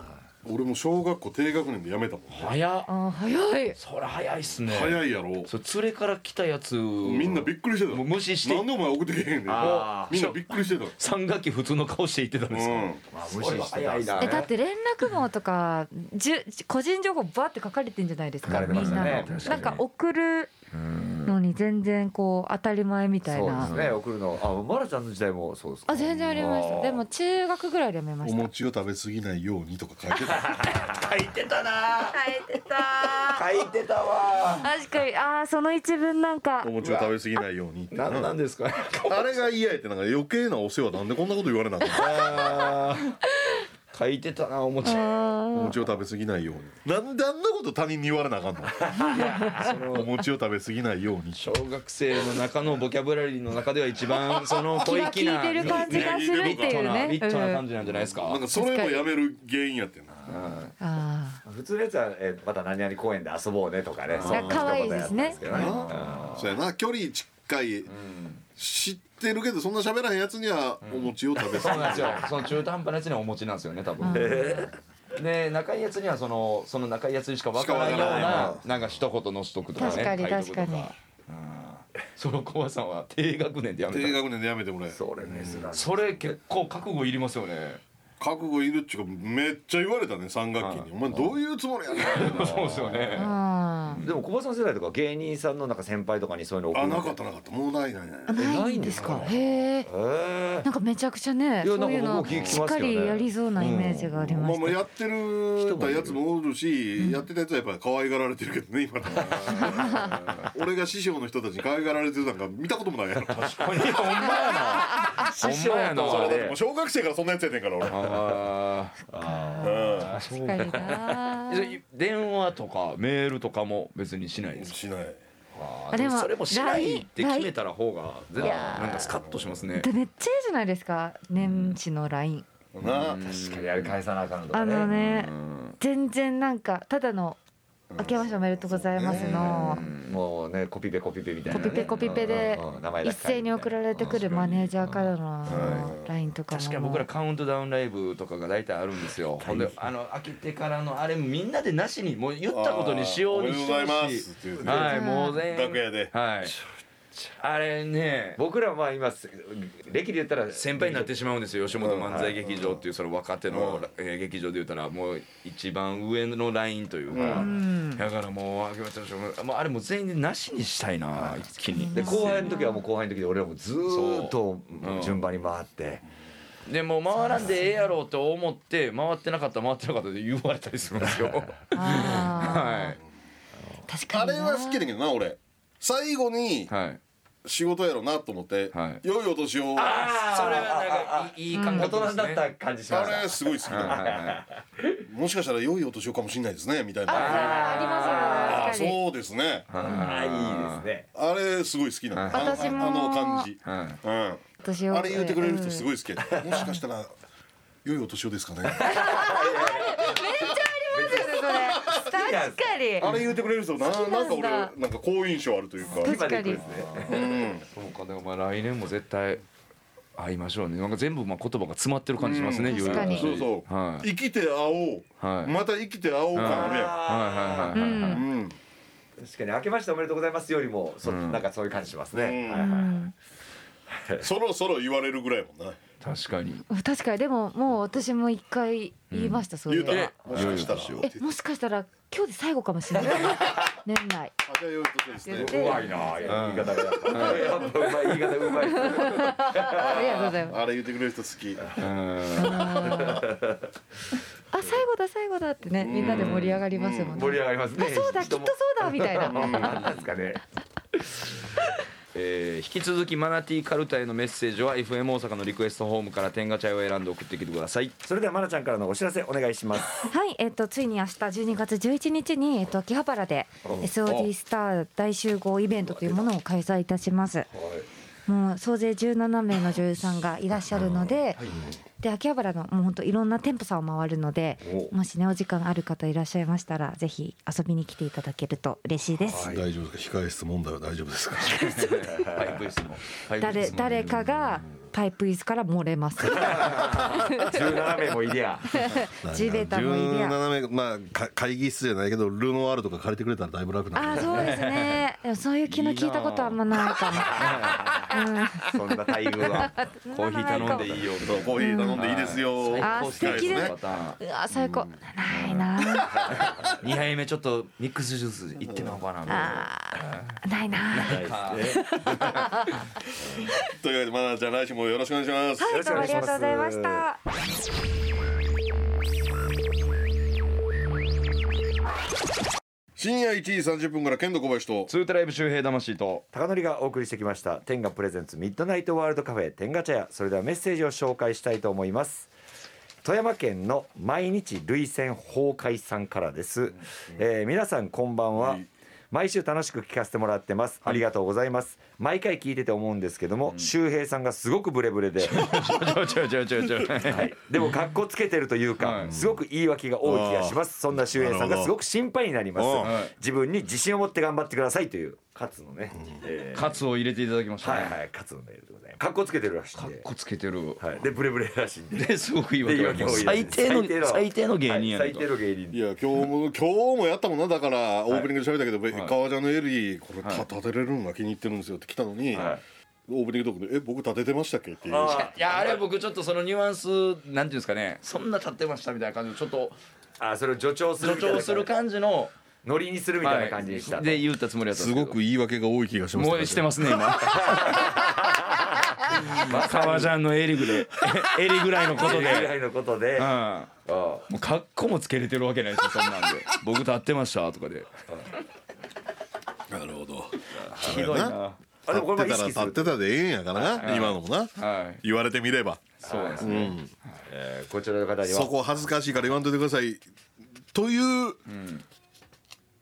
Speaker 2: 俺も小学校低学年で辞めたもんね
Speaker 4: 早っ
Speaker 5: あー早い
Speaker 4: それ早いっすね
Speaker 2: 早いやろ
Speaker 4: それ連れから来たやつみ
Speaker 2: みんなびっくりしてた
Speaker 4: もう無視して
Speaker 2: なんでお前送ってけへんねん
Speaker 3: あー
Speaker 2: みんなびっくりしてた
Speaker 4: 三学期普通の顔して言ってたんですよ、
Speaker 2: う
Speaker 3: 無視してたな
Speaker 5: えだって連絡網とかじゅ個人情報バーって書かれてんじゃないです
Speaker 3: 書
Speaker 5: か
Speaker 3: かれて
Speaker 5: み
Speaker 3: ま
Speaker 5: ん
Speaker 3: すね
Speaker 5: なの
Speaker 3: 確かに
Speaker 5: なんか送るのに全然こう当たり前みたい
Speaker 3: そうで
Speaker 5: な
Speaker 3: すね送るのあマラちゃんの時代もそうですか
Speaker 5: あ全然ありましたでも中学ぐらいでやめま
Speaker 2: んお
Speaker 5: した
Speaker 2: 餅を食べ過ぎないようにとか書いてた
Speaker 3: 書いてたな
Speaker 5: 書いてた
Speaker 3: 書いてたわ
Speaker 5: 確かにああその一文なんか
Speaker 2: お餅を食べ過ぎないようにって
Speaker 3: 何な んですか
Speaker 2: あれが嫌やってなんか余計なお世話なんでこんなこと言われなあかった
Speaker 4: 書いてたなおもちゃ
Speaker 2: お餅を食べ過ぎないようになんであんなこと他人に言われなあかんのお餅を食べ過ぎないように
Speaker 4: 小学生の中のボキャブラリーの中では一番その小粋
Speaker 5: 気が利い
Speaker 4: な
Speaker 5: てる感じがするっていうね
Speaker 4: リッチな感
Speaker 5: じ
Speaker 4: じなんじゃないですか、
Speaker 2: なんかそれもやめる原因やってんな
Speaker 5: あ
Speaker 3: 普通のやつはえまた何々公園で遊ぼうねとかねそんなこと
Speaker 5: 可愛いですね
Speaker 3: やったんけどね
Speaker 2: そうやな距離近い、知ってるけどそんな喋らへんやつにはお餅を食べ
Speaker 4: そうなんで
Speaker 2: 過
Speaker 4: すよその中途半端なやつにはお持ちなんですよね多分、で仲いいやつにはそのその仲いいやつにしか分からないよう
Speaker 2: しか分から
Speaker 4: ななんか一言のしとくとかね
Speaker 5: 確かに
Speaker 4: 書いとくと
Speaker 5: 確か
Speaker 4: う
Speaker 5: に
Speaker 4: んその怖さんは低学年でや
Speaker 2: ぎ低
Speaker 4: めた
Speaker 2: 学年でやめてもらえ
Speaker 3: それ珍しい
Speaker 4: それ結構覚悟いりますよね
Speaker 2: 覚悟いるっちゅうかめっちゃ言われたね三学期に「お前どういうつもりやねん」
Speaker 4: そうですよね
Speaker 5: ああ
Speaker 3: でも小林さん世代とか芸人さんのなんか先輩とかにそういうの送
Speaker 2: あ
Speaker 3: るの
Speaker 2: なかったなかったもうないないない
Speaker 5: あないんですかへえ
Speaker 3: へえ
Speaker 5: なんかめちゃくちゃね
Speaker 3: いや
Speaker 5: そういう
Speaker 3: なんか
Speaker 5: の
Speaker 3: 僕も聞きます
Speaker 5: し
Speaker 3: よ
Speaker 5: っ
Speaker 3: ね
Speaker 5: かりやりそうなイメージがありま
Speaker 2: まあ
Speaker 5: し
Speaker 2: まあ
Speaker 5: た
Speaker 2: やってるたやつもおるしやってたやつはやっぱり可愛がられてるけどね今の は俺が師匠の人たちに可愛がられてるなんか見たこともないやろ
Speaker 4: ほんまやな師匠やな
Speaker 3: それだ
Speaker 2: もう小学生からそんなやつやねんから俺
Speaker 4: あー
Speaker 5: 確かにな
Speaker 4: それ電話とかメールとかも別にしないですか
Speaker 2: しない
Speaker 5: あでも
Speaker 4: それもしないって決めたら方が全然なんかスカッとしますね
Speaker 5: でめっちゃいいじゃないですか年始の LINE
Speaker 2: なあ
Speaker 3: しっかりやり返さなあかんと
Speaker 5: あ
Speaker 3: かね
Speaker 5: のね全然なんかただの「明けましておめでとうございます」の
Speaker 3: もうねコピペコピペみたいな
Speaker 5: コ
Speaker 3: ね
Speaker 5: ピペコピペで
Speaker 3: うんうんうん名前だ
Speaker 5: 一
Speaker 3: け書いて
Speaker 5: 斉に送られてくるマネージャーからのあの LINE とかも
Speaker 4: 確かに僕らカウントダウンライブとかが大体あるんですよほんであの開けてからのあれみんなでなしにもう言ったことにしようにして
Speaker 2: あーお
Speaker 4: ほ
Speaker 2: めでとうございま
Speaker 4: し
Speaker 2: すっていう
Speaker 4: い
Speaker 2: ね
Speaker 4: はいもう全
Speaker 2: 楽屋で
Speaker 4: はいあれね
Speaker 3: 僕らはまあ今す歴で言ったら
Speaker 4: 先輩になってしまうんですよ吉本漫才劇場っていうその若手のえー劇場で言ったらもう一番上のラインというかだからもう明けましておめでとうございますもうあれもう全員でなしにしたいな一気に
Speaker 3: で後輩の時はもう後輩の時で俺らもずーっと
Speaker 4: うん
Speaker 3: 順番に回って
Speaker 4: でもう回らんでええやろうと思って回ってなかった回ってなかったで言われたりするん ですよは
Speaker 5: あ
Speaker 4: い
Speaker 5: ー確か
Speaker 2: あ
Speaker 5: にな
Speaker 2: れは好きだけどな俺最後に
Speaker 4: はい
Speaker 2: 仕事やろなと思って
Speaker 4: は
Speaker 2: 良いお年をあ
Speaker 4: それはなんかいいいい感
Speaker 3: 大
Speaker 4: 覚で
Speaker 3: 人
Speaker 4: すね
Speaker 3: だった感じしました
Speaker 2: れすごい好き
Speaker 4: はいはいはい
Speaker 2: もしかしたら良いお年をかもしれないですねみたいな
Speaker 5: あり
Speaker 2: あ
Speaker 5: ますよね
Speaker 2: そうですね
Speaker 3: あいいですね
Speaker 2: あれすごい好きなのあの
Speaker 5: 私も
Speaker 2: あの感じ
Speaker 4: はい
Speaker 2: うん
Speaker 5: 確かに
Speaker 2: あれ言ってくれる人すご
Speaker 5: い
Speaker 2: い好きやねもしかしたら良いお年をですかね
Speaker 5: 確かに
Speaker 2: あれ言ってくれる人な
Speaker 5: きな
Speaker 2: なん
Speaker 5: ん
Speaker 2: か
Speaker 5: だ
Speaker 2: 俺なんか好印象あるというか
Speaker 5: 確かに
Speaker 3: ですね
Speaker 4: そうかでもまあ来年も絶対
Speaker 7: 会いましょうねなんか全部まあ言葉が詰まってる感じしますね、
Speaker 5: うん
Speaker 7: よいよ
Speaker 5: 確かに
Speaker 2: そうそう、
Speaker 7: はい
Speaker 2: 生きて会おう、
Speaker 7: はい
Speaker 2: また生きて会おう感あ
Speaker 7: はいはいはいはいはい、
Speaker 2: るやんうん
Speaker 3: い確かに明けましておめでとうございますよりもそ、なんかそういう感じしますね、
Speaker 2: うん
Speaker 3: はいはいはい
Speaker 2: そろそろ言われるぐらいもんな
Speaker 7: 確かに
Speaker 5: 確かにでももう私も一回言いました、そうい
Speaker 2: 言う
Speaker 5: う
Speaker 2: た
Speaker 5: え
Speaker 2: らもしかしたらあじ
Speaker 5: もしかしたら今日で最後かもしれない年内
Speaker 2: ゃあ良いことですね
Speaker 5: で
Speaker 3: うまいなあ言い方がやっぱやっぱうまい言い方うまい
Speaker 5: ありがとうございます
Speaker 2: あれ言ってくれる人好き
Speaker 5: あ最後だ最後だってねみんなで盛り上がりますもんね、
Speaker 3: 盛り上がりますね
Speaker 5: あそうだきっとそうだみたいな
Speaker 3: なんですかね
Speaker 4: えー引き続きマナティーカルタへのメッセージは FM 大阪のリクエストホームから天下茶屋を選んで送ってきてください
Speaker 3: それではまなちゃんからのお知らせお願いし ます
Speaker 5: はい、えっと、ついに明日12月11日に、えっと、秋葉原で SOD スター大集合イベントというものを開催いたします。もう総勢17名の女優さんがいらっしゃるのでで秋葉原のもうほんといろんな店舗さんを回るのでもしねお時間ある方いらっしゃいましたらぜひ遊びに来ていただけると嬉しいです。
Speaker 2: 大丈夫ですか控え室問題は大丈夫ですか
Speaker 4: パイプ椅子もパイプ椅子も
Speaker 5: 誰誰かがパイプ椅子から漏れます。
Speaker 3: 17名もいりゃ
Speaker 5: 地べたもいりゃ
Speaker 2: 17名まあか会議室じゃないけどルノワールとか借りてくれたらだいぶ楽
Speaker 5: あ
Speaker 2: な
Speaker 5: あ
Speaker 2: る
Speaker 5: そうですね。でもそういう気の聞いたことあんまないかも。
Speaker 3: そんな待遇は
Speaker 4: コーヒー頼んでいいよ
Speaker 2: そうコーヒー頼んでいいですよ
Speaker 5: あー素敵だ
Speaker 2: 控え室ね
Speaker 5: うわ最高ないな
Speaker 4: 2杯目ちょっとミックスジュースいってみようかなみたいな
Speaker 5: あーないな
Speaker 2: というわけでまなちゃん来週もよろしくお願いします
Speaker 5: はいどうもありがとうございました
Speaker 2: 深夜1時30分から剣道小林と
Speaker 4: ツートライブ周平魂と
Speaker 3: 高典がお送りしてきました天がプレゼンツミッドナイトワールドカフェ天ガ茶屋それではメッセージを紹介したいと思います富山県の毎日累戦崩壊さんからです、えー皆さんこんばんは、毎週楽しく聞かせてもらってますありがとうございます毎回聞いてて思うんですけども、周平さんがすごくブレブレ で、
Speaker 4: ちょちょちょちょちょ
Speaker 3: はい、でも格好つけてるというか、
Speaker 4: はい
Speaker 3: すごく言い訳が多い気がしますそんな周平さんがすごく心配になります、
Speaker 2: なるほど
Speaker 4: はい
Speaker 3: 自分に自信を持って頑張ってくださいという勝のね、えー
Speaker 4: カツを入れていただきました
Speaker 3: はい
Speaker 4: ね
Speaker 3: はい、カツのメールでございます。かっこつけてるらしいん
Speaker 4: かっ
Speaker 3: で。
Speaker 4: こつけてる
Speaker 3: はい、で、ブレブレらしいんで。
Speaker 4: ですごく言い訳があります
Speaker 3: で言
Speaker 4: 最
Speaker 3: い訳多
Speaker 4: 低
Speaker 3: いです
Speaker 4: の最低の芸人や
Speaker 3: は
Speaker 4: ね
Speaker 3: い
Speaker 4: んと
Speaker 3: 最低の芸人
Speaker 2: い。や今日も今 日もやったもんなだからオープニングで喋ったけど、革ジャンのエリーこれた立てれるのが気に入ってるんですよって来たのに、
Speaker 3: は
Speaker 2: オープニングトークで「え僕立ててましたっけ?」っていう
Speaker 3: あ
Speaker 4: いやあれは僕ちょっとそのニュアンスなんていうんですかねそんな立ってましたみたいな感じでちょっと
Speaker 3: あ、それを助長する
Speaker 4: 助
Speaker 3: みたいな。
Speaker 4: 長する感じの
Speaker 3: ノリにするみたいな感じにした。
Speaker 4: はいで言ったつもりだったんですけど
Speaker 2: ごく言い訳が多い気がします
Speaker 4: もうしてます ね今革ジャンの襟ぐらい襟ぐらいのこと
Speaker 3: ぐ
Speaker 4: で
Speaker 3: らいのことで。
Speaker 4: うん
Speaker 3: ああ
Speaker 4: もう格好もつけれてるわけないですよそんなんで僕立ってましたとかで
Speaker 2: なるほど
Speaker 4: ひどいな
Speaker 3: あ、でもこれ
Speaker 2: 立
Speaker 3: も
Speaker 2: ってたら
Speaker 3: 意識す
Speaker 2: 立っ
Speaker 3: る。
Speaker 2: てたでええんやからな今のもな
Speaker 4: はい
Speaker 2: 言われてみれば
Speaker 4: そうなんですね
Speaker 3: えーこちらの方に
Speaker 2: そ
Speaker 3: は。
Speaker 2: こ恥ずかしいから言わんといてくださいという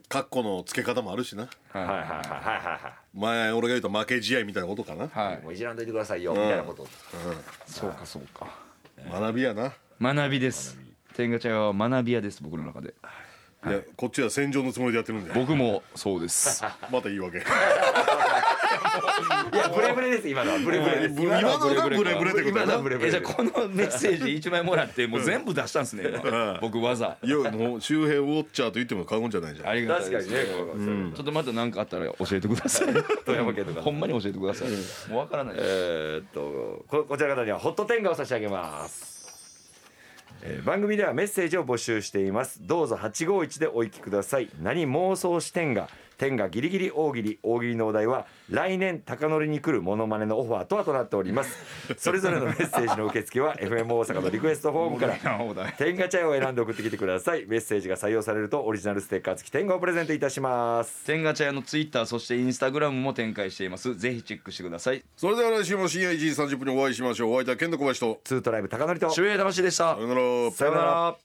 Speaker 2: 格好のつけ方もあるしな
Speaker 3: はいはいはいはいは
Speaker 2: 前俺が言うと負け試合みたいなことかな
Speaker 4: はい
Speaker 3: い。もういじらんといてくださいよみたいなこと。
Speaker 4: そうかそうか
Speaker 2: 学びやな
Speaker 4: 学びです天下茶屋は学び屋です僕の中で
Speaker 2: いやこっちは戦場のつもりでやってるんで
Speaker 4: 僕もそうです
Speaker 2: また言い訳
Speaker 3: いや、ブレブレです、今のは。ブレブレです。
Speaker 2: 今のが ブレブレってこと
Speaker 3: 今
Speaker 2: や
Speaker 3: の
Speaker 2: な
Speaker 3: はブレブ
Speaker 4: えじ
Speaker 3: レ
Speaker 4: ゃ
Speaker 3: で
Speaker 4: あ
Speaker 3: す。
Speaker 4: このメッセージ1枚もらってもう全部出したんですね今僕わざ
Speaker 2: いやもう周平ウォッチャーと言っても過言じゃないじゃん
Speaker 4: ありがた
Speaker 3: 確
Speaker 4: い
Speaker 3: か
Speaker 4: です
Speaker 3: にね、この
Speaker 4: ちょっとまた何かあったら教えてください
Speaker 3: 富山県とか。
Speaker 4: ほんまに教えてくださいもうわからないです
Speaker 3: えーっとここちらの方にはホットテンガを差し上げます、えー番組ではメッセージを募集していますどうぞ851でお行きください何妄想してんが天がギリギリ大喜利大喜利のお題は来年高乗りに来るモノマネのオファーとはとなっておりますそれぞれのメッセージの受付は FM 大阪のリクエストフォームから天下茶屋を選んで送ってきてくださいメッセージが採用されるとオリジナルステッカー付き天下をプレゼントいたします
Speaker 4: 千賀茶屋のツイッターそしてインスタグラムも展開していますぜひチェックしてください
Speaker 2: それでは来週も深夜1時30分にお会いしましょうお相手は剣道小林と
Speaker 3: ツートライブ高乗りと
Speaker 4: 周平魂でした
Speaker 2: さよなら
Speaker 3: さようなら